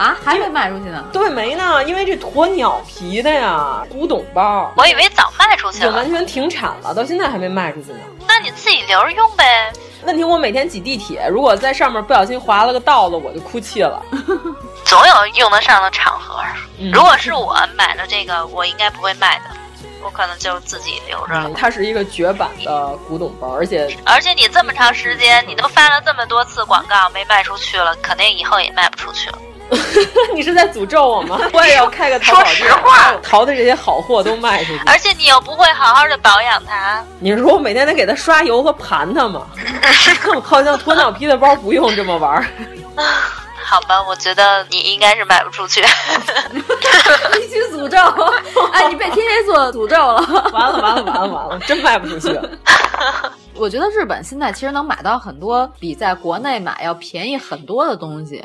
S5: 啊，还没卖出去 呢。
S9: 对，没呢，因为这鸵鸟皮的呀，古董包，
S3: 我以为早卖出
S9: 已
S3: 去
S9: 经
S3: 了
S9: 完，全停产了，到现在还没卖出去呢。
S3: 那你自己留着用呗。
S9: 问题我每天挤地铁，如果在上面不小心划了个道子，我就哭泣了。
S3: 总有用得上的场合。
S9: 嗯
S3: 如果是我买了这个，我应该不会卖的，我可能就自己留着
S5: 嗯
S3: 了。
S9: 它是一个绝版的古董包，而且
S3: 而且你这么长时间，你都发了这么多次广告没卖出去了，肯定以后也卖不出去了。
S9: 你是在诅咒我 吗？我也要开个淘宝店，把我淘的这些好货都卖出去。
S3: 而且你又不会好好的保养它，
S9: 你是说我每天得给它刷油和盘它吗？ 我靠，像鸵鸟皮的包不用这么玩儿。
S3: 好吧？我觉得你应该是卖不出去。
S5: 必须诅咒！哎，你被天蝎座诅咒了。
S9: 完了完了完了完了，真卖不出 去了。
S5: 我觉得日本现在其实能买到很多比在国内买要便宜很多的东西。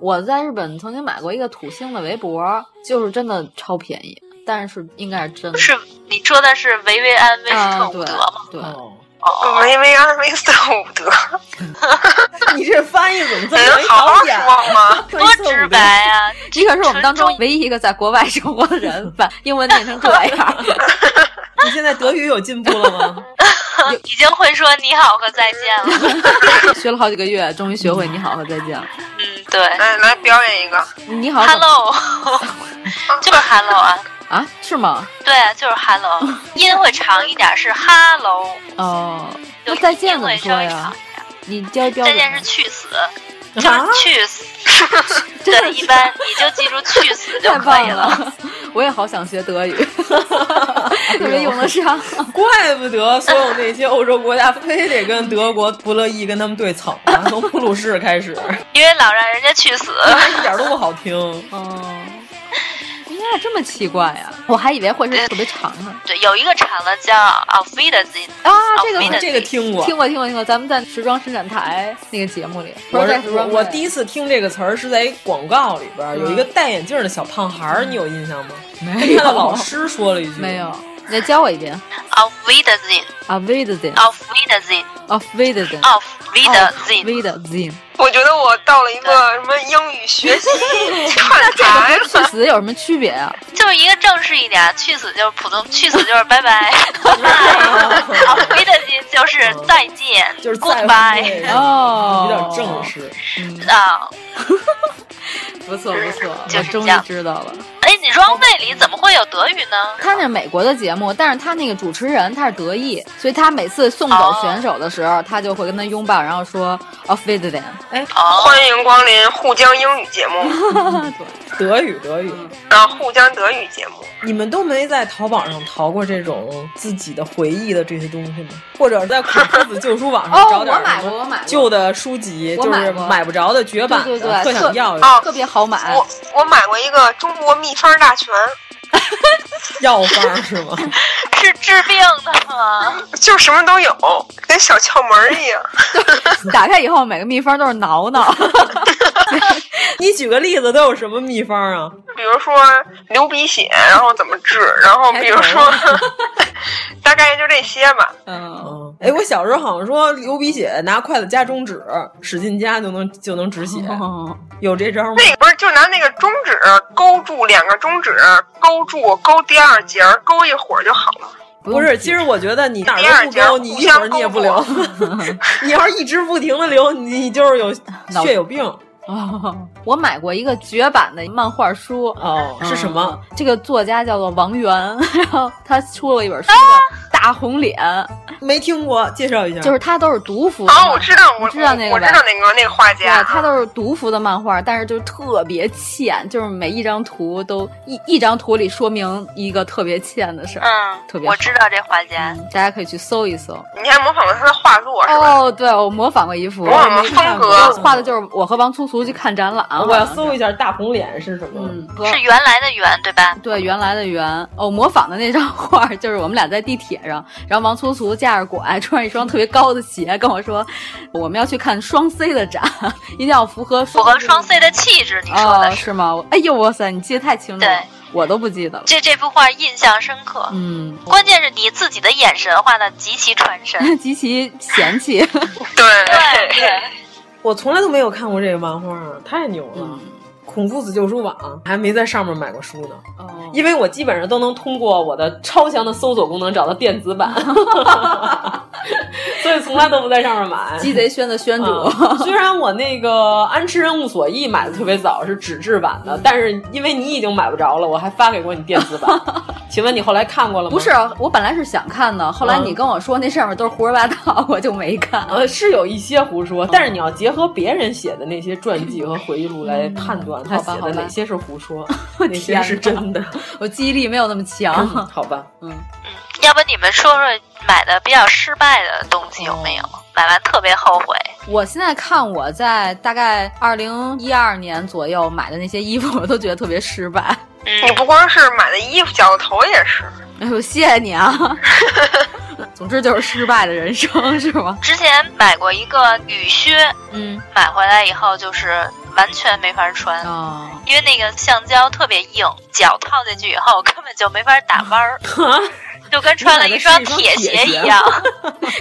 S5: 我在日本曾经买过一个土星的围脖，就是真的超便宜，但是应该是真的。
S3: 是你说的是维维安威斯
S5: 啊
S3: 特伍
S5: 对
S3: 德吗？
S5: 对，
S4: 维维安威斯特伍德，
S9: 你这翻译怎么这
S4: 能
S9: 么没
S4: 哎好 好
S9: 导演？
S4: 说吗？
S3: 多直白 啊！
S5: 你可是我们当中唯一一个在国外生活的人，把英文念成这样。
S9: 你现在德语有进步了 吗？
S3: 啊已经会说你好和再 见了。
S5: 学了好几个月，终于学会“你好”和“再见”了。
S3: 嗯，对
S4: 来来表演一个，
S5: 你好怎么
S3: ，Hello，就是 Hello 啊。
S5: 啊？是吗？
S3: 对，啊就是 hello，音会长一点是 hello，
S5: 哦，
S3: 就
S5: 那再见
S3: 音
S5: 怎么
S3: 会
S5: 说
S3: 稍微
S5: 呀
S3: 长？
S5: 你教标
S3: 再
S5: 准
S3: 见
S5: 吗
S3: 是去死，
S5: 啊
S3: 就是 去死。对，一般你就记住去死就
S5: 太
S3: 可以
S5: 棒
S3: 了。
S5: 了！ 我也好想学德语，特别用得上。
S9: 怪不得所有那些欧洲国家非得跟德国不乐意跟他们对蹭啊，从普鲁士开 始，
S3: 因为老让人家去死，
S9: 一点都不好听。
S5: 哦，你俩这么奇怪啊呀？我还以为会是特别长呢。
S3: 对，有一个长的叫 auf Wiedersehen，
S5: 啊，这个
S3: Auf
S9: 这个听过
S5: 听。过听过听过，咱们在时装伸展台那个节目里，
S9: 我是
S5: Project
S9: 我
S5: Runway
S9: 我第一次听这个词儿是在一广告里边儿，
S4: 嗯
S9: 有一个戴眼镜的小胖孩儿，你有印象吗？
S5: 没有
S9: 他的老师说了一句，
S5: 没有，你再教我一遍
S3: auf Wiedersehen，auf
S5: 啊，Wiedersehen
S3: 哦
S5: 啊
S3: Wiedersehen，auf
S5: of Wiedersehen
S3: 哦
S5: 哦
S3: Wiedersehen，
S5: Wiedersehen，
S4: 我觉得我到了一个什么英语学习串台了。
S5: 去死有什么区别啊？
S3: 就是一个正式一点，去死就是普通，去死就是拜拜，auf Wiedersehen 就是再见，
S9: 就是再
S3: 嗯 goodbye
S9: 会
S5: 哦，
S9: 有点正式。
S3: 啊。
S5: 不错不错，
S3: 就
S5: 我
S3: 是
S5: 终于
S3: 这样
S5: 知道了。
S3: 哎，你说那里怎么会有德语呢？
S5: 他那是美国的节目，但是他那个主持人他是德裔，所以他每次送走
S9: 哦
S5: 选手的时候，他就会跟他拥抱，然后说哦 “Auf Wiedersehen”。
S9: 哎，
S4: 欢迎光临沪江英语节目，
S9: 德语德语，
S4: 啊，沪江德语节目。
S9: 你们都没在淘宝上淘过这种自己的回忆的这些东西吗？或者在孔夫子旧书网上
S5: 哦
S9: 找点
S5: 我买
S9: 什么
S5: 过我买过
S9: 旧的书籍，
S5: 我
S9: 就
S5: 买
S9: 是
S5: 过
S9: 买不着的绝版
S5: 对对
S9: 的，
S5: 对，
S9: 特
S5: 特
S9: 想 要
S5: 哦特别好买。
S4: 我我买过一个中国秘方大全，
S9: 药方是 吗？
S3: 是治病的吗？
S4: 就什么都有，跟小窍门儿一样。
S5: 打开以后，每个秘方都是 挠挠。
S9: 你举个例子，都有什么秘方啊？
S4: 比如说流鼻血，然后怎么治，然后比如 说，大概就这些吧。
S9: 嗯，哎，我小时候好像说流鼻血，拿筷子夹中指，使劲夹就能就能止血，
S5: 哦
S9: 有这招吗？
S4: 那个不是就拿那个中指勾住两个中指，勾住勾第二节儿，勾一会儿就好了。
S9: 不是，其实我觉得你哪儿
S4: 第二
S9: 都不
S4: 节儿
S9: 流，你一会儿你也不流
S4: 互。
S9: 你要是一直不停的流，你就是有
S5: 脑
S9: 血有病。
S5: 哦， 我买过一个绝版的漫画书。嗯
S9: 哦，是什么？
S5: 这个作家叫做王源， 然后他出了一本书叫
S9: 啊
S5: 《大红脸》，
S9: 没听过，介绍一下。
S5: 就是他都是独服的嘛。
S9: 哦
S4: 啊，我知道，我
S5: 你知道那个
S4: 我知
S5: 吧
S4: 道那个那个画家，
S5: 对，它都是独幅的漫画，但是就是特别欠，就是每一张图都一一张图里说明一个特别欠的事儿。
S3: 嗯，
S5: 特别好
S3: 我知道这画家，
S5: 大家可以去搜一搜。
S4: 你还模仿了他的画作是吧？
S5: 哦，对，我模仿过一幅，
S4: 模仿风格
S5: 我画的就是我和王粗俗去看展览。
S9: 我要搜一下大红脸是什么。
S5: 嗯，
S3: 是原来的原对吧？
S5: 对，原来的原哦，模仿的那张画儿就是我们俩在地铁上，然后王粗俗架着拐，穿着一双特别高的鞋，跟我说我们要去看双 C 的展， 一定要符合
S3: 符合双 C 的气质，你说
S5: 哦
S3: 的，
S5: 是吗？哎呦哇塞，你记得太清楚了，我都不记得了。
S3: 这这幅画印象深刻。
S5: 嗯，
S3: 关键是你自己的眼神画的极其传神。
S5: 极其嫌 弃。
S4: 对
S3: 对对，
S9: 我从来都没有看过这个漫画，太牛了。
S5: 嗯
S9: 孔夫子旧书网还没在上面买过书呢，
S5: 哦
S9: 因为我基本上都能通过我的超强的搜索功能找到电子 版，所以从来都不在上面买。
S5: 鸡贼轩的轩主，
S3: 哦
S9: 嗯虽然我那个安池人物所忆买的特别早，是纸质版的，但是因为你已经买不着了，我还发给过你电子 版。请问你后来看过了吗？
S5: 不是，我本来是想看的，后来
S9: 嗯
S5: 你跟我说那上面都是胡说八道， 我就没看。
S3: 嗯
S9: 呃，是有一些胡说，但是你
S5: 哦
S9: 要结合别人写的那些传记和回忆录来判断他
S5: 嗯好吧
S9: 写
S5: 好
S9: 的
S5: 吧
S9: 哪些是胡 说，哪些是真的。嗯
S5: 我记忆力没有那么 强。
S3: 嗯
S9: 好吧，
S3: 要不你们说说买的比较失败的东西有没有？买完特别后悔。
S5: 我现在看我在大概二零一二年左右买的那些衣服，我都 觉得特别失败。
S3: 嗯
S4: 你不光是买的衣服，绞的头也是。
S5: 哎呦，谢谢你 啊！总之就是失败的人生，是吗？
S3: 之前买过一个雨靴，
S5: 嗯，
S3: 买回来以后就是完全没法穿，
S5: 哦、
S3: 因为那个橡胶特别硬，脚套进去以后根本就没法打弯 儿，就跟穿了
S5: 你买的
S3: 双
S5: 是一双
S3: 铁
S5: 铁
S3: 鞋
S5: 鞋
S3: 一样。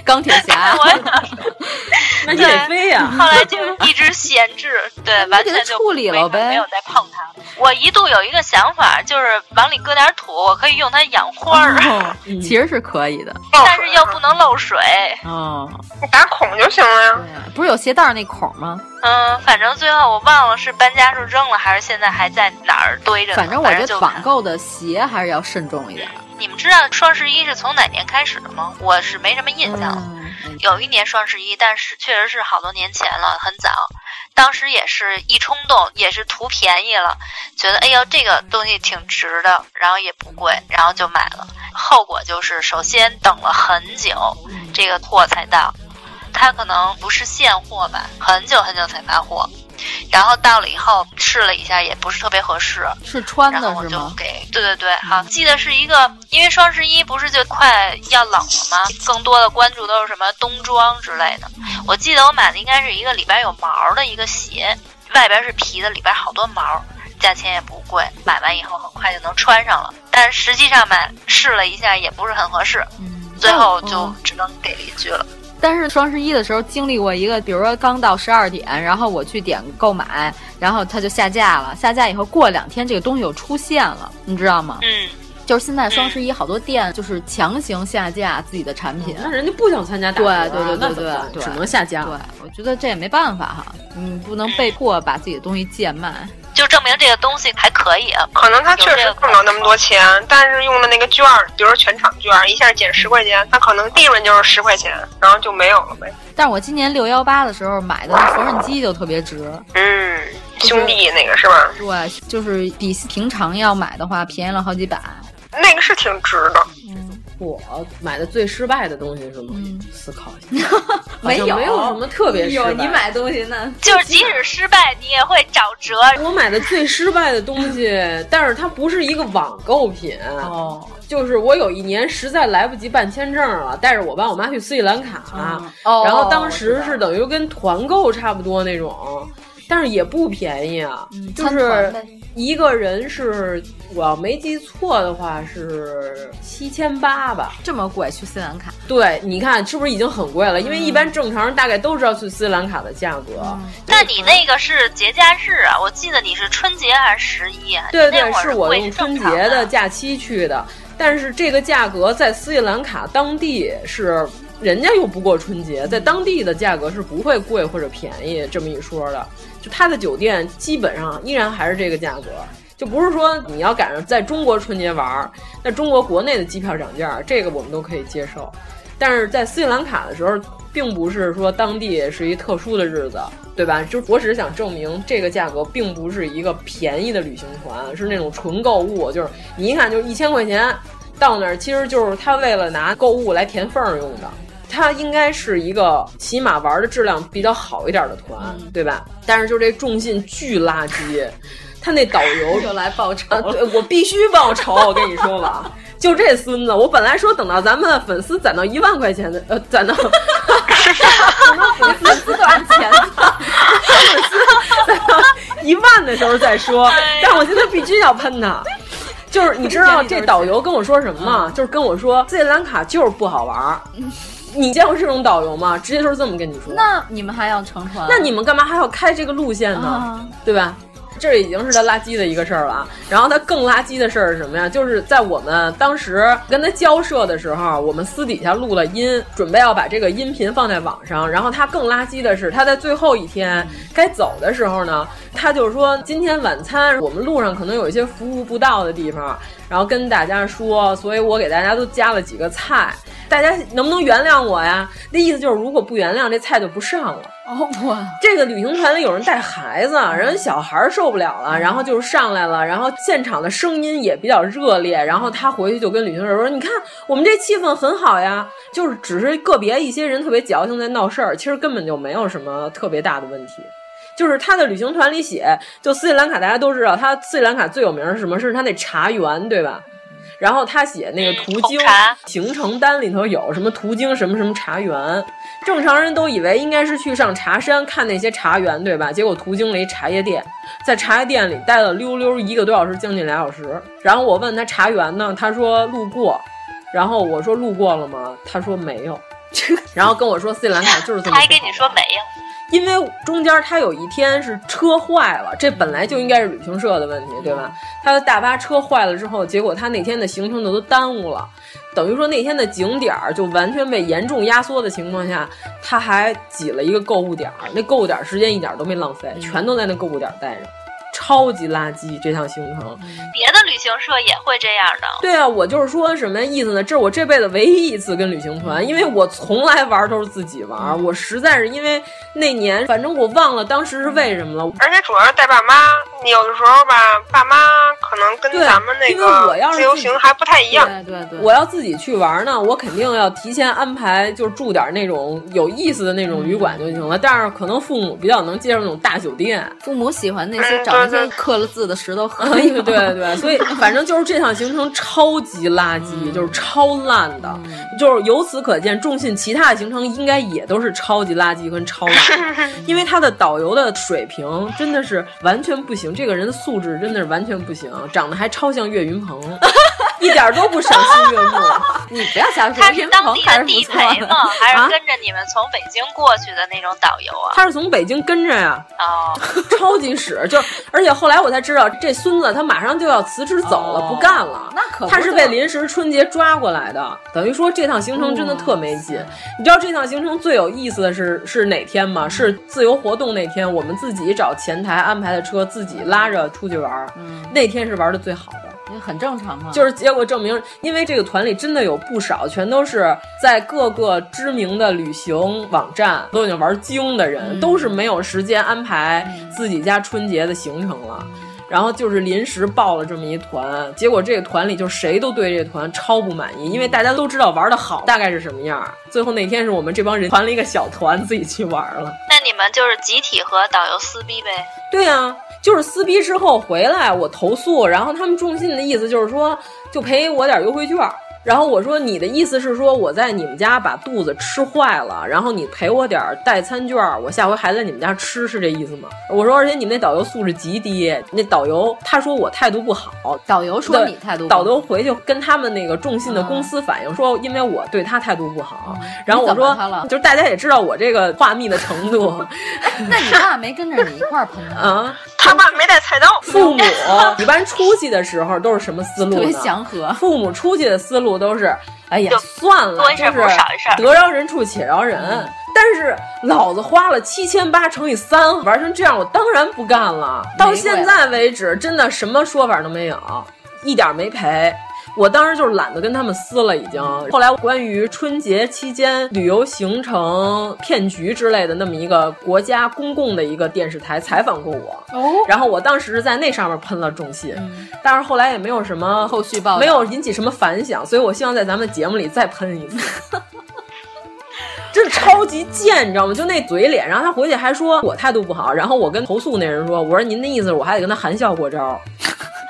S5: 钢铁 侠，
S9: 嗯那你得飞呀、
S3: 后来就一直闲置，对，完
S5: 给它
S3: 全就
S5: 处理了呗
S3: 没有再碰它。我一度有一个想法，就是往里搁点土，我可以用它养花儿，
S5: 哦其实是可以的。
S3: 但是又不能漏水。
S5: 哦，
S4: 你打孔就行了呀。
S5: 不是有鞋带儿那孔吗？
S3: 嗯，反正最后我忘了是搬家时候扔了，还是现在还在哪儿堆着呢。
S5: 反
S3: 反
S5: 正我觉得
S3: 就
S5: 网购的鞋还是要慎重一点。
S3: 你们知道双十一是从哪年开始的吗？我是没什么印
S5: 嗯
S3: 象了。有一年双十一，但是确实是好多年前了，很早。当时也是一冲动，也是图便宜了，觉得哎呦这个东西挺值的，然后也不贵，然后就买了。后果就是，首先等了很久，这个货才到，它可能不是现货吧，很久很久才发货。然后到了以后试了一下，也不是特别合适，
S5: 是穿的
S3: 然后我
S5: 是
S3: 就
S5: 吗？嗯
S3: 给，对对对，好，记得是一个，因为双十一不是就快要冷了吗？更多的关注都是什么冬装之类的。
S5: 嗯
S3: 我记得我买的应该是一个里边有毛的一个鞋，外边是皮的，里边好多毛，价钱也不贵，买完以后很快就能穿上了。但实际上买试了一下也不是很合适，最
S5: 嗯
S3: 后就只能给邻居了。
S5: 哦但是双十一的时候经历过一个，比如说刚到十二点，然后我去点购买，然后它就下架了。下架以后过两天这个东西又出现了，你知道吗？
S3: 嗯，
S5: 就是现在双十一好多店就是强行下架自己的产品，
S9: 嗯那人家不想参加打
S5: 对
S9: 折啊
S5: 对对
S9: 那
S5: 对
S9: 怎么办
S5: 对，
S9: 只能下架
S5: 对，我觉得这也没办法哈，嗯，不能被迫把自己的东西贱卖。
S3: 就证明这个东西还可以。啊
S4: 可能他确实挣着那么多钱，但是用的那个券儿，比如说全场券儿，一下减十块钱，他可能利润就是十块钱，然后就没有了呗。
S5: 但是我今年六幺八的时候买的那缝纫机就特别值，
S4: 嗯，
S5: 就是
S4: 兄弟那个是吧？
S5: 对，就是比平常要买的话便宜了好几百。
S4: 那个是挺值的。
S9: 我买的最失败的东西是什么？
S5: 嗯
S9: 思考一 下，嗯好
S5: 没
S9: 像
S5: 有，
S9: 没有什么特别失败。
S5: 有你买东西呢？
S3: 就是即使失败，你也会找辙。
S9: 我买的最失败的东西，但是它不是一个网购品
S5: 哦，
S9: 就是我有一年实在来不及办签证了，带着我爸我妈去斯里兰卡，
S5: 哦
S9: 然后当时是等于跟团购差不多那种，但是也不便宜啊，就
S5: 嗯参团
S9: 是
S5: 呗
S9: 一个人是我要没记错的话是七千八吧，
S5: 这么贵去斯里兰卡？
S9: 对，你看是不是已经很贵了？因为
S5: 嗯
S9: 一般正常人大概都知道去斯里兰卡的价格。
S3: 那你那个是节假日啊？我记得你是春节还是十一啊？
S9: 对
S3: 你那
S9: 对，
S3: 会儿
S9: 是我
S3: 贵
S9: 用春节的假期去的，但是这个价格在斯里兰卡当地是人家又不过春节，在当地的价格是不会贵或者便宜这么一说的，就他的酒店基本上依然还是这个价格。就不是说你要赶上在中国春节玩儿，那中国国内的机票涨价，这个我们都可以接受。但是在斯里兰卡的时候，并不是说当地是一特殊的日子，对吧？就是我只是想证明，这个价格并不是一个便宜的旅行团，是那种纯购物，就是你一看就是一千块钱，到那儿其实就是他为了拿购物来填缝儿用的。它应该是一个起码玩的质量比较好一点的团，对吧？但是就这重信巨垃圾，他那导游
S5: 又来报仇
S9: 啊！对，我必须报仇，我跟你说 吧，就这孙子，我本来说等到咱们粉丝攒到一万块钱的，呃，攒 到
S5: 粉丝多少钱？
S9: 一万的时候再说，
S5: 哎
S9: 但我现在必须要喷他。就是你知道这导游跟我说什么
S5: 嗯
S9: 吗？就是跟我说斯里兰卡就是不好玩 儿。你见过这种导游吗？直接就是这么跟你说。
S5: 那你们还要乘船？
S9: 那你们干嘛还要开这个路线呢？
S5: 啊
S9: 对吧？这已经是他垃圾的一个事儿了啊。然后他更垃圾的事儿是什么呀？就是在我们当时跟他交涉的时候，啊我们私底下录了音，准备要把这个音频放在网上。然后他更垃圾的是，他在最后一天该走的时候呢，他就是说今天晚餐我们路上可能有一些服务不到的地方，然后跟大家说，所以我给大家都加了几个菜，大家能不能原谅我呀？那意思就是如果不原谅，这菜就不上了。
S5: 哦，我
S9: 这个旅行团里有人带孩子，啊人小孩儿受不了了，然后就是上来了，然后现场的声音也比较热烈，然后他回去就跟旅行社说：“你看我们这气氛很好呀，就是只是个别一些人特别矫情在闹事儿，其实根本就没有什么特别大的问题。”就是他的旅行团里写，就斯里兰卡大家都知道，他斯里兰卡最有名是什么？是他那茶园，对吧？然后他写那个途经行程单里头有什么途经什么什么茶园，正常人都以为应该是去上茶山看那些茶园，对吧？结果途经了一茶叶店，在茶叶店里待了溜溜一个多小时，将近俩小时。然后我问他茶园呢，他说路过，然后我说路过了吗？他说没有， 然后跟我说斯里兰卡就是这
S3: 他
S9: 么
S3: 还
S9: 好
S3: 跟你说没有。
S9: 因为中间他有一天是车坏了，这本来就应该是旅行社的问题，对吧？他的大巴车坏了之后，结果他那天的行程就都耽误了，等于说那天的景点儿就完全被严重压缩的情况下，他还挤了一个购物点儿，那购物点儿时间一点儿都没浪费，全都在那购物点儿待着，超级垃圾这趟行程。
S3: 别的旅行社也会这样的。
S9: 对啊，我就是说什么意思呢？这是我这辈子唯一一次跟旅行团，因为我从来玩都是自己玩，我实在是因为那年，反正我忘了当时是为什么了。
S4: 而且主要是带爸妈，你有的时候吧，爸妈可能跟
S9: 对
S4: 咱们那
S9: 因为我要
S4: 个
S9: 是
S4: 自由
S9: 自己
S4: 行还不太一样。
S5: 对对
S9: 我要自己去玩呢，我肯定要提前安排，就是住点那种有意思的那种旅馆就行了。但是可能父母比较能接受那种大酒店，
S5: 父母喜欢那些长一些刻了字的石头 盒。
S9: 对对对，所以反正就是这趟行程超级垃圾，就是超烂的，就是由此可见，众信其他的行程应该也都是超级垃圾跟超烂的，因为他的导游的水平真的是完全不行，这个人的素质真的是完全不行，长得还超像岳云鹏。因 一点都不赏心悦目。你不要瞎说，
S3: 他
S9: 岳
S3: 是
S9: 云
S3: 当
S9: 鹏
S3: 地
S9: 还
S3: 的
S9: 是不
S3: 地
S9: 错
S3: 陪
S9: 的
S3: 吗？还
S9: 啊
S3: 是跟着你们从北京过去的那种导游啊？
S9: 他是从北京跟着呀、
S3: 哦，
S9: 超级使，就而且后来我才知道，这孙子他马上就要辞职走了，不干了。那
S5: 可不
S9: 他是
S5: 就
S9: 被临时春节抓过来的，等于说这趟行程真的特没
S5: 哦
S9: 劲。你知道这趟行程最有意思的是是哪天吗？是自由活动那天，我们自己找前台安排的车，自己拉着出去玩儿。那天是玩的最好的。
S5: 也嗯很正常嘛。
S9: 就是结果证明，因为这个团里真的有不少，全都是在各个知名的旅行网站都已经玩精的人，
S5: 嗯
S9: 都是没有时间安排自己家春节的行程了。然后就是临时报了这么一团，结果这个团里就谁都对这个团超不满意，因为大家都知道玩的好大概是什么样儿。最后那天是我们这帮人团了一个小团自己去玩儿了。
S3: 那你们就是集体和导游撕逼呗？
S9: 对呀、就是撕逼之后回来，我投诉，然后他们中信的意思就是说，就赔我点优惠券儿。然后我说你的意思是说我在你们家把肚子吃坏了，然后你赔我点儿代餐券儿，我下回还在你们家吃，是这意思吗？我说而且你们那导游素质极低，那导游他说我态度不好，
S5: 导游说你态度不好
S9: 导游回去跟他们那个众信的公司反映说，因为我对他态度不好，然后我
S5: 嗯你怎么
S9: 说
S5: 他了
S9: 就是大家也知道我这个话密的程 度，
S5: 那你爸没跟着你一块儿喷吗？
S9: 啊，他爸没带菜刀。父母一般出去的时候都是什么思路 呢？
S5: 特别祥和。
S9: 父母出去的思路都是，哎呀，算了，
S3: 多一
S9: 就是
S3: 事不如少一事嗯
S9: 得饶人处且饶人。但是老子花了七千八乘以三玩成这样，我当然不干了。到现在为止，真的什么说法都没有，一点没赔。我当时就是懒得跟他们撕了，已经。后来关于春节期间旅游行程骗局之类的那么一个国家公共的一个电视台采访过我，
S5: 哦
S9: 然后我当时是在那上面喷了重信，
S3: 嗯
S9: 但是后来也没有什么后续
S5: 报道
S9: 没有引起什么反响，所以我希望在咱们节目里再喷一次。 真是超级贱，你知道吗？就那嘴脸，然后他回去还说我态度不好，然后我跟投诉那人说，我说您的意思是我还得跟他含笑过招，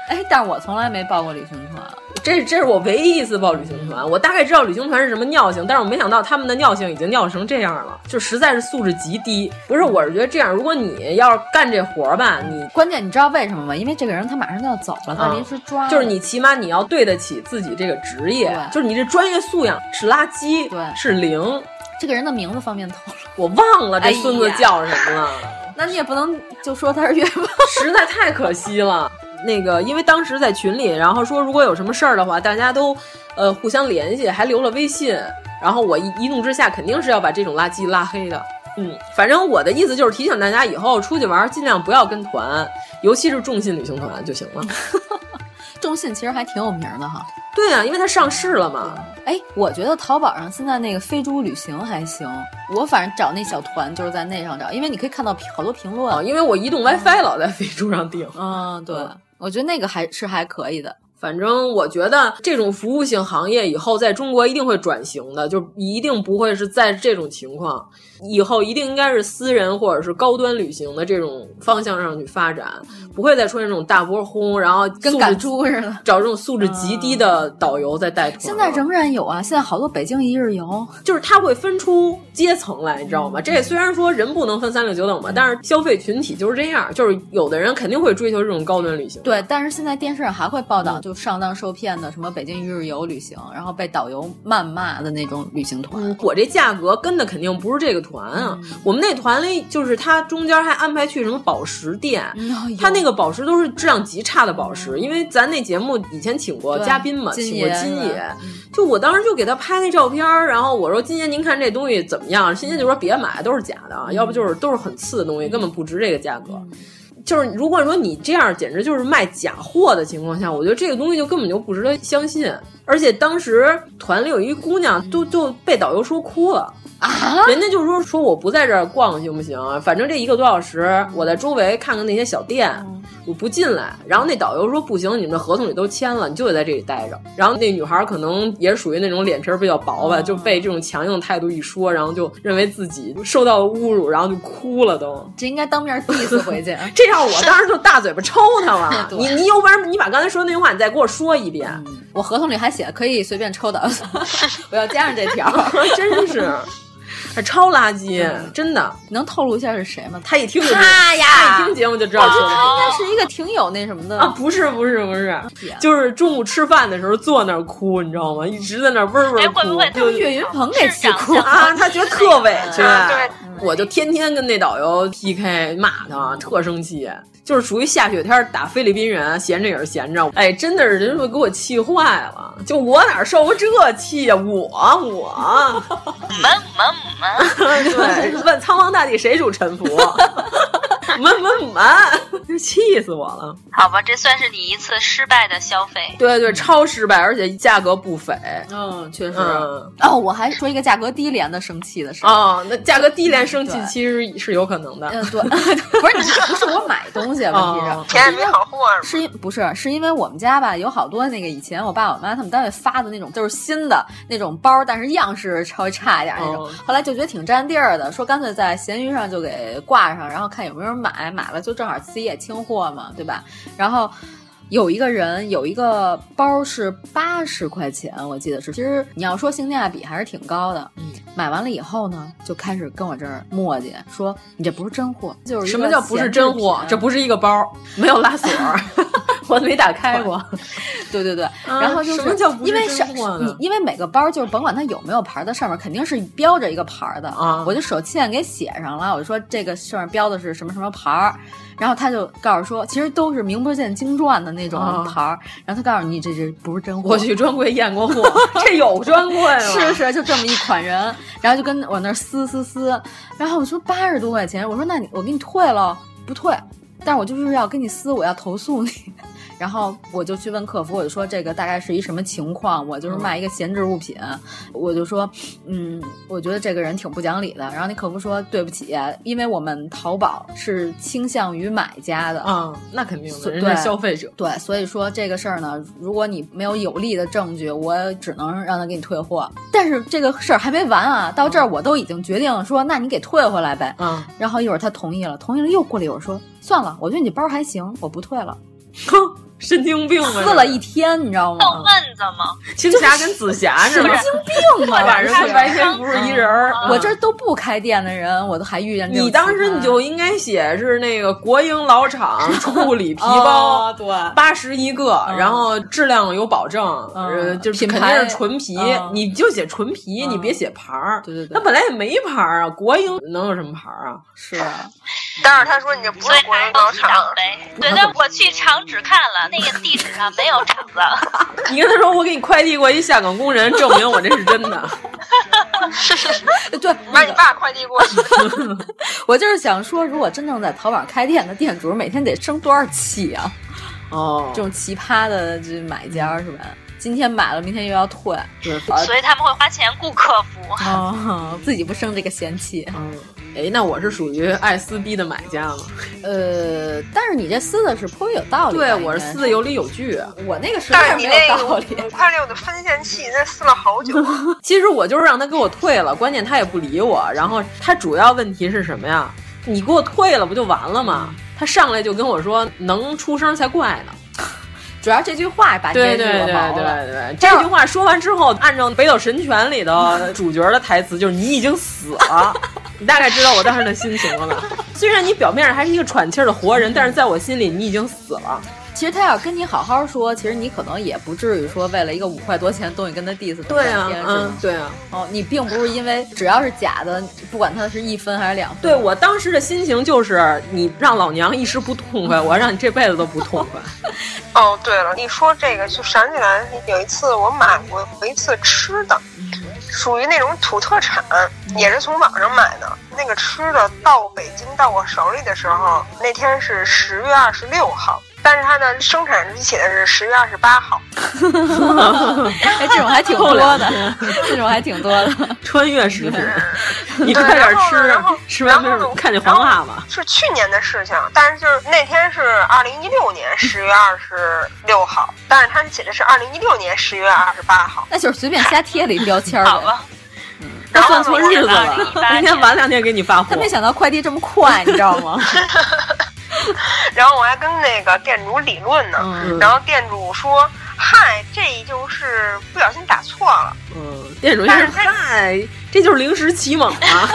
S5: 哎，但是我从来没报过旅行团。
S9: 这这是我唯一一次报旅行团，我大概知道旅行团是什么尿性，但是我没想到他们的尿性已经尿成这样了，就实在是素质极低。不是，我是觉得这样，如果你要是干这活儿吧，你
S5: 关键你知道为什么吗？因为这个人他马上就要走了，他
S9: 嗯
S5: 临时抓了、
S9: 就是你起码你要对得起自己这个职业，就是你这专业素养是垃圾，对，是零。
S5: 这个人的名字方便透露。
S9: 我忘了这孙子
S5: 哎呀
S9: 叫什么了。
S5: 那你也不能就说他是岳父。
S9: 实在太可惜了。那个，因为当时在群里，然后说如果有什么事儿的话，大家都呃互相联系，还留了微信。然后我一一怒之下，肯定是要把这种垃圾拉黑的。嗯，反正我的意思就是提醒大家，以后出去玩儿尽量不要跟团，尤其是重信旅行团就行了。
S5: 中信其实还挺有名的哈。
S9: 对啊，因为它上市了嘛。
S5: 哎，我觉得淘宝上现在那个飞猪旅行还行，我反正找那小团就是在那上找，因为你可以看到评好多评论。
S9: 啊因为我移动 WiFi 老在飞猪上订。
S5: 嗯，对，我觉得那个还是还可以的。
S9: 反正我觉得这种服务性行业以后在中国一定会转型的，就一定不会是在这种情况，以后一定应该是私人或者是高端旅行的这种方向上去发展，不会再出现这种大波轰，然后
S5: 嗯跟赶猪似的，
S9: 找这种素质极低的导游在带团。
S5: 现在仍然有啊，现在好多北京一日游，
S9: 就是它会分出阶层来，你知道吗？这虽然说人不能分三六九等吧，但是消费群体就是这样，就是有的人肯定会追求这种高端旅行。
S5: 对，但是现在电视上还会报道，就上当受骗的，什么北京一日游旅行，然后被导游谩骂的那种旅行团。
S9: 我这价格跟的肯定不是这个团啊。
S5: 嗯
S9: 我们那团里就是它中间还安排去什么宝石店，
S5: 嗯哎
S9: 它那个宝石都是质量极差的宝石，因为咱那节目以前请过
S5: 对
S9: 嘉宾嘛，
S5: 金
S9: 请过
S5: 爷
S9: 金
S5: 是吧嗯
S9: 爷，就我当时就给他拍那照片儿，然后我说今年您看这东西怎么样？今年就说别买，都是假的，啊，要不就是都是很次的东西，根本不值这个价格。就是如果说你这样简直就是卖假货的情况下，我觉得这个东西就根本就不值得相信。而且当时团里有一姑娘都就被导游说哭了。啊！人家就说说我不在这儿逛行不行？啊反正这一个多小时，我在周围看看那些小店，我不进来。然后那导游说不行，你们这合同里都签了，你就得在这里待着。然后那女孩可能也属于那种脸皮儿比较薄吧，就被这种强硬态度一说，然后就认为自己受到了侮辱，然后就哭了都。
S5: 这应该当面 diss 回去。啊
S9: 这要我当时就大嘴巴抽他了。你你有本事你把刚才说的那句话你再给我说一遍， ，
S5: 我合同里还写可以随便抽的，我要加上这条
S9: 真是。超垃圾，真的。
S5: 能透露一下是谁吗？
S9: 他一听就知道
S5: 他呀
S9: 他一听节目就知道是谁。
S5: 他应该是一个挺有那什么的
S9: 啊，不是不是不是，就是中午吃饭的时候坐那儿哭，你知道吗？一直在那儿嗡
S4: 哎
S9: 嗡哭，就
S5: 岳云鹏给气哭
S9: 啊，他觉得特委屈。
S4: 啊对嗯
S9: 我就天天跟那导游 PK 骂他，特生气。就是属于下雪天儿打菲律宾人，闲着也是闲着，哎，真的是人家给我气坏了。就我哪受过这气呀、我我， 嗯
S3: 们们们，
S9: 对，问苍茫大地谁主沉浮？ 们们们，就气死我了。
S3: 好吧，这算是你一次失败的消费。
S9: 对对，超失败，而且价格不菲。
S5: 嗯，确实。
S9: 嗯
S5: 哦，我还说一个价格低廉的生气的事儿。
S9: 哦，那价格低廉生气其实是有可能的。
S5: 嗯，对， 不是你，不是我买东西，问题
S9: 哦
S5: 是
S4: 钱也没好货是吧
S5: 是因不是是因为我们家吧有好多那个以前我爸我妈他们单位发的那种就是新的那种包，但是样式稍微差一点那种。
S9: 哦
S5: 后来就觉得挺占地儿的，说干脆在闲鱼上就给挂上，然后看有没有人买，买了就正好自己也清货嘛，对吧？然后。有一个人有一个包是八十块钱，我记得是。其实你要说性价比还是挺高的。嗯，买完了以后呢，就开始跟我这儿磨叽，说你这不是真货，就是一
S9: 什
S5: 个
S9: 么叫不是
S5: 闲
S9: 真
S5: 置
S9: 货
S5: 品？啊
S9: 这不是一个包， 没有拉锁， 我没打开过。
S5: 对对对，然后就是
S9: 啊什么叫不是
S5: 因为
S9: 真
S5: 是
S9: 货呢
S5: 你因为每个包就是甭管它有没有牌儿的，上面肯定是标着一个牌儿的
S9: 啊
S5: 我就手欠给写上了，我就说这个上面标的是什么什么牌儿，然后他就告诉说，其实都是名不见经传的那种
S9: 啊
S5: 牌儿，然后他告诉你这这不是真货，
S9: 我去专柜验过货， 这有专柜吗？
S5: 是是，就这么一款人，然后就跟我那儿撕撕撕，然后我说八十多块钱，我说那你我给你退了，不退，但是我就是要跟你撕，我要投诉你。 然后我就去问客服，我就说这个大概是一什么情况？我就是卖一个闲置物品，我就说，嗯，我觉得这个人挺不讲理的。然后那客服说，对不起，因为我们淘宝是倾向于买家的，
S9: 啊，那肯定的，
S5: 所
S9: 人家
S5: 对
S9: 消费者。
S5: 对，所以说这个事儿呢，如果你没有有力的证据，我只能让他给你退货。但是这个事儿还没完啊，到这儿我都已经决定说，那你给退回来呗。
S9: 嗯，
S5: 然后一会儿他同意了，同意了又过了一会儿说，算了，我觉得你包还行，我不退了。
S9: 哼，神经病吧？
S5: 撕了一天，你知道
S3: 逗
S5: 吗？
S3: 闷子吗？
S9: 青霞跟紫霞是
S5: 神
S9: 吧？
S5: 经病 啊！
S9: 晚
S5: 我
S9: 上
S5: 这
S9: 跟白天不是
S5: 嗯
S9: 一人儿。
S5: 我这都不开店的人，我都还遇见这种
S9: 你当时
S5: 情况啊
S9: 你就应该写是那个国营老厂处理皮包啊
S5: 哦，对
S9: 八十一个，然后质量有保证，呃，就是
S5: 嗯品
S9: 肯
S5: 牌
S9: 定是纯皮
S5: 嗯，
S9: 你就写纯皮，你别写牌儿。
S5: 对对对
S9: 那本来也没牌儿啊，国营能有什么牌儿啊？
S5: 是啊
S4: 但是他说你这不
S3: 所以
S4: 是国
S3: 还
S4: 营
S3: 是
S4: 广
S3: 地
S4: 场，
S3: 长呗。对，但我去厂址看了，那个地址上没有厂子。
S9: 你跟他说我给你快递过一下岗工人，证明我这是真 的。
S5: 对，
S4: 把你爸快递过 去。
S5: 我就是想说，如果真正在淘宝上开店的店主，每天得生多少气啊？
S9: 哦，
S5: 这种奇葩的这买家是吧？今天买了，明天又要退，
S9: 对
S3: 所以他们会花钱雇客服。
S5: 哦，自己不生这个嫌弃。
S9: 嗯，哎，那我是属于爱撕逼的买家吗？
S5: 呃，但是你这撕的是颇有道理的。
S9: 对，我是撕的有理有据。啊
S5: 应该是，我那个实
S4: 但是
S5: 在
S4: 你
S5: 是
S4: 那
S5: 没有道理。
S4: 个五块六的分线器，那撕了好久。啊
S9: 其实我就是让他给我退了，关键他也不理我。然后他主要问题是什么呀？你给我退了不就完了吗？
S5: 嗯
S9: 他上来就跟我说能出声才怪呢。
S5: 主要这句话把你
S9: 对
S5: 给
S9: 对
S5: 惹
S9: 对对
S5: 毛了。
S9: 对，这句话说完之后，按照《北斗神拳》里 的主角的台词，就是你已经死了。你大概知道我当时的心情了吧？ 虽然你表面上还是一个喘气儿的活人，但是在我心里你已经死了。
S5: 其实他要跟你好好说，其实你可能也不至于说为了一个五块多钱的东西跟他 diss 这么半天是
S9: 嗯
S5: 吗，
S9: 对啊。
S5: 哦，你并不是因为只要是假的，不管它是一分还是 两分，
S9: 对我当时的心情就是，你让老娘一时不痛快，我让你这辈子都不痛快。
S4: 哦，对了，一说这个就想起来，有一次我买过一次吃的，属于那种土特产，
S5: 嗯
S4: 也是从网上买的。那个吃的到北京到我手里的时候，那天是十月二十六号，但是它的生产日期写的是十月二十 八号。
S5: 哎，这种还挺多的，这种还挺多的。
S9: 穿越食品， 你
S4: 对
S9: 快点
S4: 然后呢然后
S9: 吃，吃完没
S4: 然后
S9: 准
S4: 呢
S9: 看见黄
S4: 然
S9: 辣
S4: 后
S9: 吧。
S4: 是去年的事情，但是就是那天是二零一六 年十月二十六号，但是它写的是二零一六年十月二十八号。嗯
S5: 那就是随便瞎贴了一标签儿
S3: 好
S5: 呗。
S3: 吧，
S9: 他算错日子
S3: 然后
S9: 了
S3: 呢，2018
S9: 今天晚两天给你发
S5: 他
S9: 货
S5: 没。想到快递这么快，你知道 吗？
S4: 然后我还跟那个店主理论呢，
S9: 嗯
S4: 然后店主说：“嗨，这就是不小心打错了。
S9: 嗯，”电子游戏是嗨，这就是零食骑猛啊，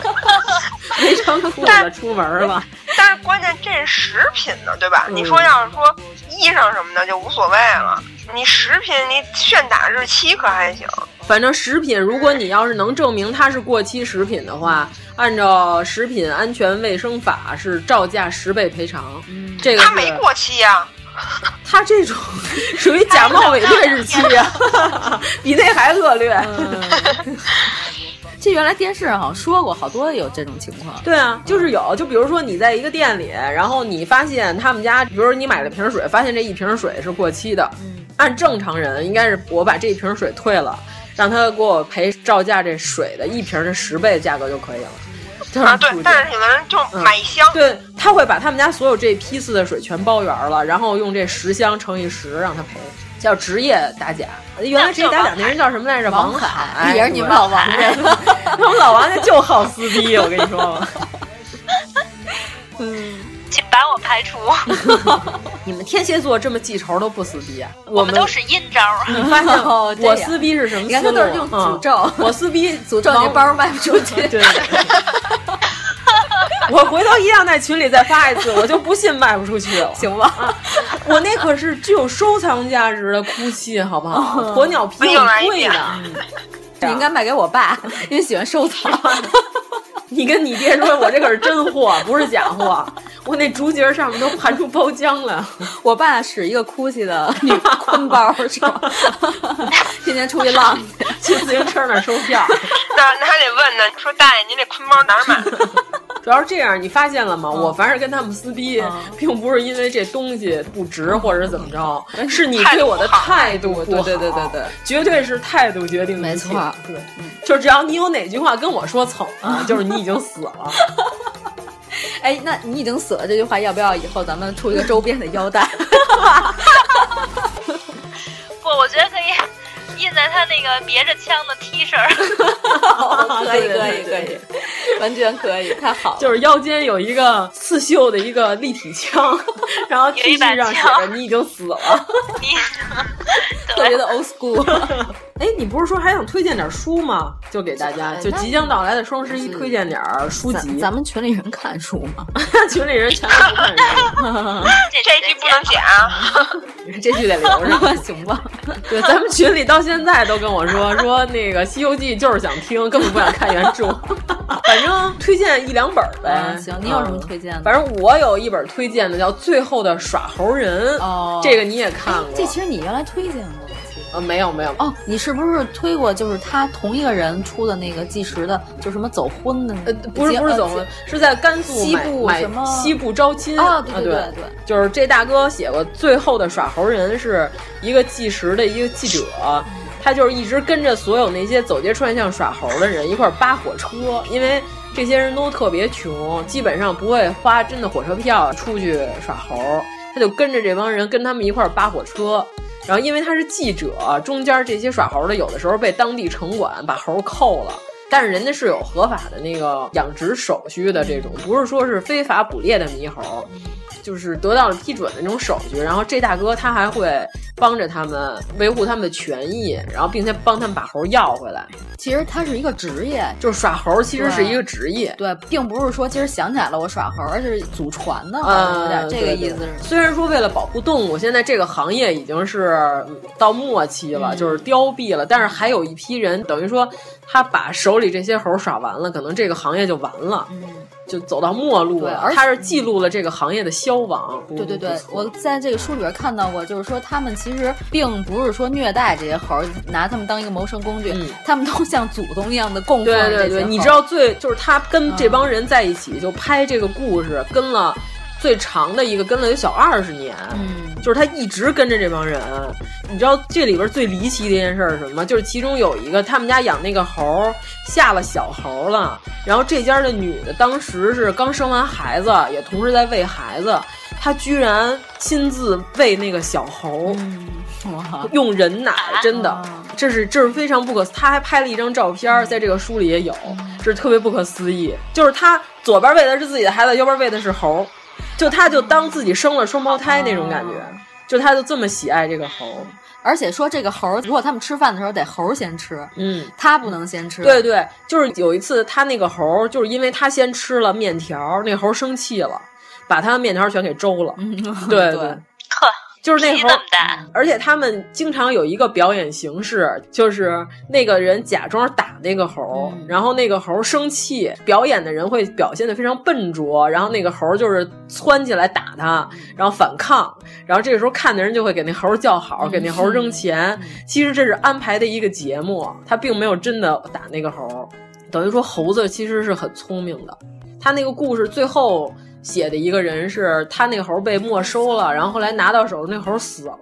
S9: 没穿裤子出门了。
S4: 但是关键这是食品呢，对吧？
S9: 嗯
S4: 你说要是说衣裳什么的就无所谓了，你食品你炫打日期可还行？
S9: 反正食品，如果你要是能证明它是过期食品的话，按照《食品安全卫生法》是照价十倍赔偿。这个
S4: 它
S9: 是
S4: 没过期呀、
S9: 他这种 属于假冒伪劣日期呀、 比那还恶劣。
S5: 这原来电视上好像说过，好多有这种情况。
S9: 对啊，就是有，就比如说你在一个店里，然后你发现他们家，比如说你买了瓶水，发现这一瓶水是过期的，按正常人应该是我把这一瓶水退了，让他给我赔照价这水的一瓶的十倍的价格就可以了。
S5: 嗯
S4: 啊，对，但是有的人就买一箱，
S9: 对，他会把他们家所有这批次的水全包圆了，然后用这十箱乘以十让他赔，叫职业打假。原来职业打假那人叫什么来着？王海，
S5: 也是你们老王
S9: 对他们老王家就好撕逼，我跟你说。
S3: 请把我排除，
S9: 你们天蝎座这么记仇都不撕逼啊？
S3: 我
S9: 们
S3: 们 都是阴招儿。
S9: 你发现
S5: 哦这
S9: 我
S5: 样
S9: 撕逼是什么
S5: 你看
S9: 思路？
S5: 他都是用诅咒
S9: 嗯 我撕逼诅
S5: 咒你包卖不出去
S9: 对。 我回头一样在群里再发一次，我就不信卖不出去了，行吧？ 我那可是具有收藏价值的哭泣，好不好？
S5: 哦
S9: 鸵鸟皮
S5: 又来
S9: 很
S5: 一
S9: 贵
S5: 遍
S9: 的，
S5: 你应该卖给我爸，因为喜欢收藏。
S9: 嗯你跟你爹说，我这可是真货，不是假货。我那竹节上面都盘出包浆了。
S5: 我爸使一个 GUCCI 的女 坤包，是吧？ 天天出去 浪去，
S9: 去自行车那儿收票。
S4: 那那还得问呢，说大爷您这坤包哪儿买的？
S9: 主要是这样，你发现了吗？我凡是跟他们撕逼，并不是因为这东西不值或者怎么着，是你对我的嗯态度不好。
S5: 对对对对，
S9: 绝对是态度决定一切。
S5: 没错
S9: 对，就只要你有哪句话跟我说蹭 啊，就是你已经死了。
S5: 哎，那你已经死了这句话，要不要以后咱们出一个周边的 腰带？
S3: 不，我觉得可以印 在他那个别着枪的 T 恤儿。
S5: 哦可以
S9: 对对
S5: 可以
S9: 对
S5: 可以，完全可以，太好了。
S9: 就是腰间有一个刺绣的一个立体 枪，然后 T 恤上写着“你已经死了”，
S5: 特别的 old school。
S9: 哎，你不是说还想推荐点书吗？就给大家，
S5: 哎
S9: 就即将到来的双十一推荐点儿书籍。
S5: 咱咱们群里人看书吗？
S9: 群里人全都不看书，
S4: 这一期不能 剪啊！
S9: 这句得留着，行 吧？对，咱们群里到现在都跟我说说那个《西游记》就是想听，根本不想看原著。 反正推荐一两本儿呗。
S5: 嗯行你有什么
S9: 嗯
S5: 推荐的
S9: 反正我有一本推荐的叫《最后的耍猴人》，
S5: 哦
S9: 哎这个你也看过？
S5: 这其实你原来推荐过，我记得
S9: 呃没有没有
S5: 哦，你是不是推过？就是他同一个人出的那个计时的，就什么走婚的那个？
S9: 不是
S5: 结
S9: 不是走
S5: 呃
S9: 婚，是在甘肃
S5: 西
S9: 买
S5: 部
S9: 买
S5: 什么
S9: 西部招亲
S5: 啊对
S9: 对
S5: 对对对
S9: 就是这大哥写过《最后的耍猴人》，是一个纪实的一个记者。他就是一直跟着所有那些走街串巷耍猴的人一块儿扒火车，因为这些人都特别穷，基本上不会花真的火车票出去耍猴。他就跟着这帮人，跟他们一块儿扒火车。然后因为他是记者，啊中间这些耍猴的有的时候被当地城管把猴扣了。但是人家是有合法的那个养殖手续的，这种不是说是非法捕猎的猕猴，就是得到了批准的那种手续。然后这大哥他还会帮着他们维护他们的权益，然后并且帮他们把猴要回来。
S5: 其实它是一个职业，
S9: 就是耍猴其实是一个职业。
S5: 对，并不是说今儿想起来了我耍猴，而是祖传的，好像有
S9: 呃，
S5: 点这
S9: 对
S5: 个意
S9: 对
S5: 思是吗？
S9: 虽然说为了保护动物，现在这个行业已经是嗯到末期了，
S5: 嗯
S9: 就是凋敝了，但是还有一批人，等于说他把手里这些猴耍完了，可能这个行业就完了。
S5: 嗯
S9: 就走到末路
S5: 对
S9: 了
S5: 而，且
S9: 他是记录了这个行业的消亡。嗯不
S5: 对对对
S9: 不，
S5: 我在这个书里边看到过，就是说他们其实并不是说虐待这些猴儿，拿他们当一个谋生工具，他们都像祖宗一样的供奉
S9: 嗯对对
S5: 这些嗯猴
S9: 对，
S5: 儿
S9: 你知道最就是他跟这帮人在一起就拍这个故事，跟了最长的一个跟了有小二十年，
S5: 嗯，
S9: 就是他一直跟着这帮人。你知道这里边最离奇的一件事是什么？就是其中有一个他们家养那个猴儿下了小猴儿了，然后这家的女的当时是刚生完孩子，也同时在喂孩子，她居然亲自喂那个小猴儿。
S5: 哇
S9: 用人奶，真的，这是这是非常不可思。他还拍了一张照片儿，在这个书里也有，这是特别不可思议。就是他左嗯边喂的是自己的孩子，右边喂的是猴儿，就他就当自己生了双胞胎那种感觉。就他就这么喜爱这个猴。
S5: 而且说这个猴儿，如果他们吃饭的时候得猴儿先吃，
S9: 嗯，
S5: 他不能先吃。
S9: 对对，就是有一次他那个猴儿，就是因为他先吃了面条，那猴儿生气了，把他的面条全给周了。嗯 对
S5: 对，
S3: 呵，
S9: 就是那
S3: 脾
S9: 猴
S3: 这
S9: 儿
S3: 么大，
S9: 而且他们经常有一个表演形式，就是那个人假装打那个猴儿，然后那个猴儿生气，表演的人会表现的非常笨拙，然后那个猴儿就是窜起来打他，然后反抗，然后这个时候看的人就会给那猴儿叫好，给那猴儿扔钱。其实这是安排的一个节目，他并没有真的打那个猴儿，等于说猴子其实是很聪明的。他那个故事最后写的一个人是他那个猴被没收了，然后后来拿到手那猴死了，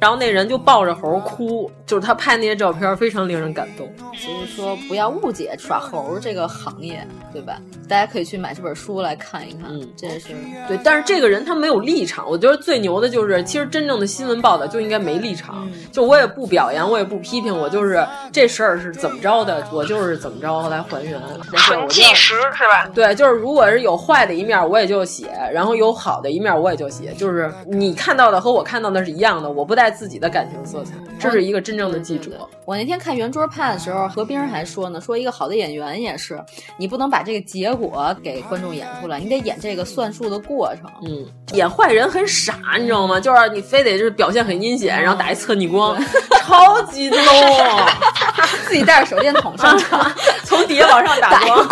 S9: 然后那人就抱着猴哭，就是他拍那些照片非常令人感动。
S5: 所以说不要误解耍猴儿这个行业，对吧？大家可以去买这本书来看一看，嗯，这是
S9: 对，但是这个人他没有立场，我觉得最牛的就是，其实真正的新闻报道就应该没立场，就我也不表扬，我也不批评，我就是这事儿是怎么着的，我就是怎么着来还原。这事儿我就
S4: 纯纪实是吧？
S9: 对，就是如果是有坏的一面，我也就写；然后有好的一面，我也就写。就是你看到的和我看到的是一样的，我不带自己的感情色彩，这是一个真正的记者。
S5: 我那天看《圆桌派》的时候，何冰儿还说呢，说一个好的演员也是，你不能把这个结果给观众演出来，你得演这个算数的过程。
S9: 嗯，演坏人很傻，你知道吗？就是你非得就是表现很阴险，然后打一侧逆光，
S5: 哦
S9: 超级 low，
S5: 自己带着手电筒上
S9: 啊
S5: 场，
S9: 从底下往上打光，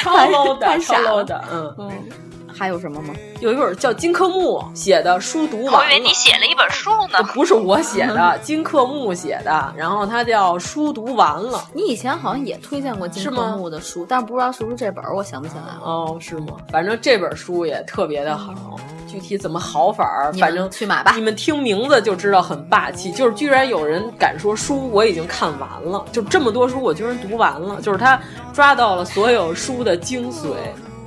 S9: 超 low
S5: 太
S9: 的，超
S5: 傻
S9: low
S5: 了
S9: 的。嗯，
S5: 还有什么吗？
S9: 有一本叫金克木写的《书读完了》，
S3: 我以为你写了一本书呢。
S9: 不是我写的，金克木写的，然后它叫《书读完了》。
S5: 你以前好像也推荐过金
S9: 是
S5: 克
S9: 吗
S5: 木的书，但不知道是不是这本儿，我想不起来了。
S9: 哦，是吗？反正这本书也特别的好，具体怎么好法儿，
S5: 嗯你们
S9: 反正
S5: 去买吧。
S9: 你们听名字就知道很霸气，就是居然有人敢说书我已经看完了，就这么多书我居然读完了，就是他抓到了所有书的精髓。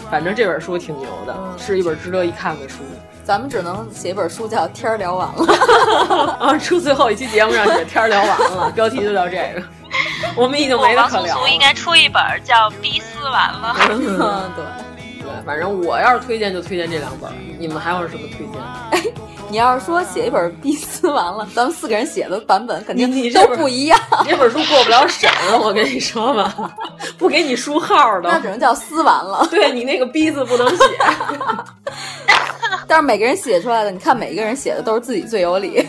S9: 反正这本书挺牛的，是一本值得一看的书。
S5: 咱们只能写一本书叫《天儿聊完了》，
S9: 啊，出最后一期节目上写天儿聊完了，标题就叫这 个，我们已经没得
S3: 王
S9: 可
S3: 素
S9: 聊
S3: 素
S9: 了。
S3: 应该出一本叫《逼撕完 了》
S9: 嗯，对，对，反正我要是推荐就推荐这两本儿，你们还有什么推 荐？
S5: 你要是说写一本逼撕完了，咱们四个人写的版本肯定
S9: 你这
S5: 都
S9: 本
S5: 不一样，
S9: 这本书过不了审，我跟你说吧， 不给你书号的。
S5: 那只能叫撕完了。
S9: 对你那个逼字不能 写。
S5: 但是每个人写出来的，你看每一个人写的都是自己最有理，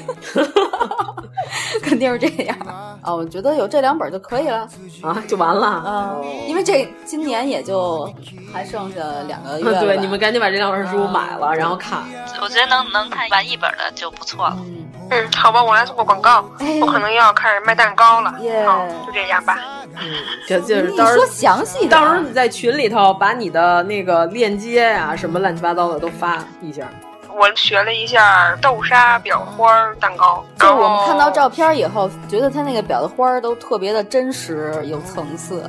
S5: 肯定是这样啊、我觉得有这两本就可以了
S9: 啊，就完了。
S5: 嗯，因为这今年也就还剩下两个月
S4: 嗯
S5: 了吧。
S9: 对，你嗯们赶紧把这两本书买了，然后看。
S3: 我觉得能能看完一本的就不错了。
S4: 嗯，好吧，我来做个广告，我可能又要开始卖蛋糕了。
S5: 哎耶
S4: 好，就这样吧。
S9: 就就是
S5: 你
S9: 到时候
S5: 说详细点
S9: 到时候你在群里头把你的那个链接呀、什么乱七八糟的都发一下。
S4: 我学了一下豆沙裱花儿蛋糕，
S5: 就是我
S4: 哦
S5: 们看到照片以后，觉得它那个裱的花儿都特别的真实，有层次，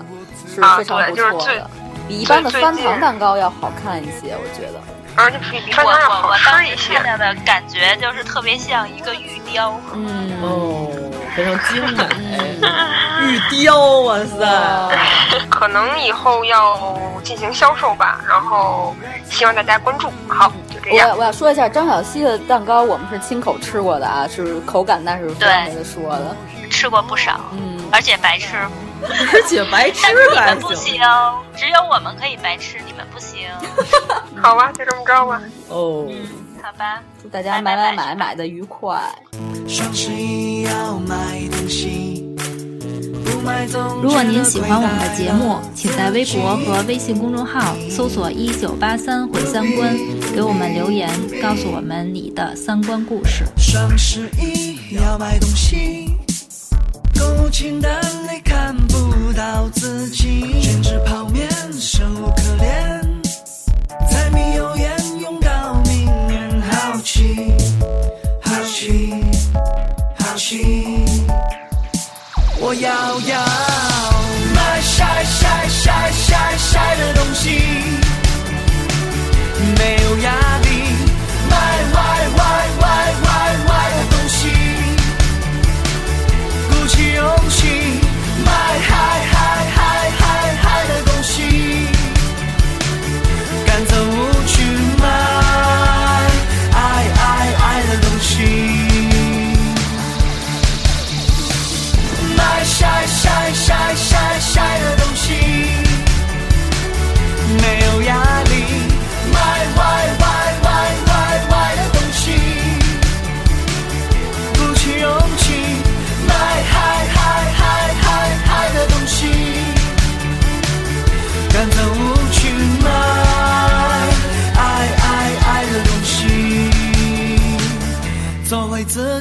S5: 是
S4: 啊
S5: 非常不
S4: 对就是
S5: 错
S4: 最
S5: 的，比一般的
S4: 最最
S5: 翻
S4: 近
S5: 糖蛋糕要好看一些，我觉得。
S4: 而且比比
S3: 我
S4: 饭堂要
S3: 我
S4: 好
S3: 我当
S4: 吃一
S3: 时
S4: 些
S3: 看。到的感觉就是特别像一个玉雕，
S5: 嗯，
S9: 哦，非常精 美， 玉雕，嗯哇塞！
S4: 可能以后要进行销售吧，然后希望大家关注。好，就这
S5: 我
S4: 样
S5: 要。我要说一下张小希的蛋糕，我们是亲口吃过的啊，是口感那是非常的说的，
S3: 吃过不少，而且白吃。
S9: 嗯而且白吃
S3: 但是你
S9: 还
S3: 们不
S9: 行
S3: 行，只有我们可以白吃，你们不行，
S4: 好吧，就这么着吧。
S9: 哦。
S3: 好吧？
S5: 祝大家买买买买的愉快。
S11: 双十一要买东西，不买总
S2: 如果您喜欢我们的节目，请在微博和微信公众号搜索“一九八三毁三观”，给我们留言，告诉我们你的三观故事。
S11: 双十一要买东西，购物清单里看不到自己，全脂泡面生无可恋，柴米油盐用到明年，好奇，好奇，好奇，我要要买晒晒晒晒晒的东西，没有压力。买买买买买买的东西，鼓起勇气买嗨嗨嗨嗨嗨的东西，赶走无趣买爱爱爱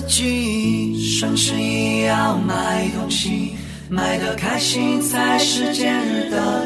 S11: 记忆。双十一要买东西，买的开心才是节日的。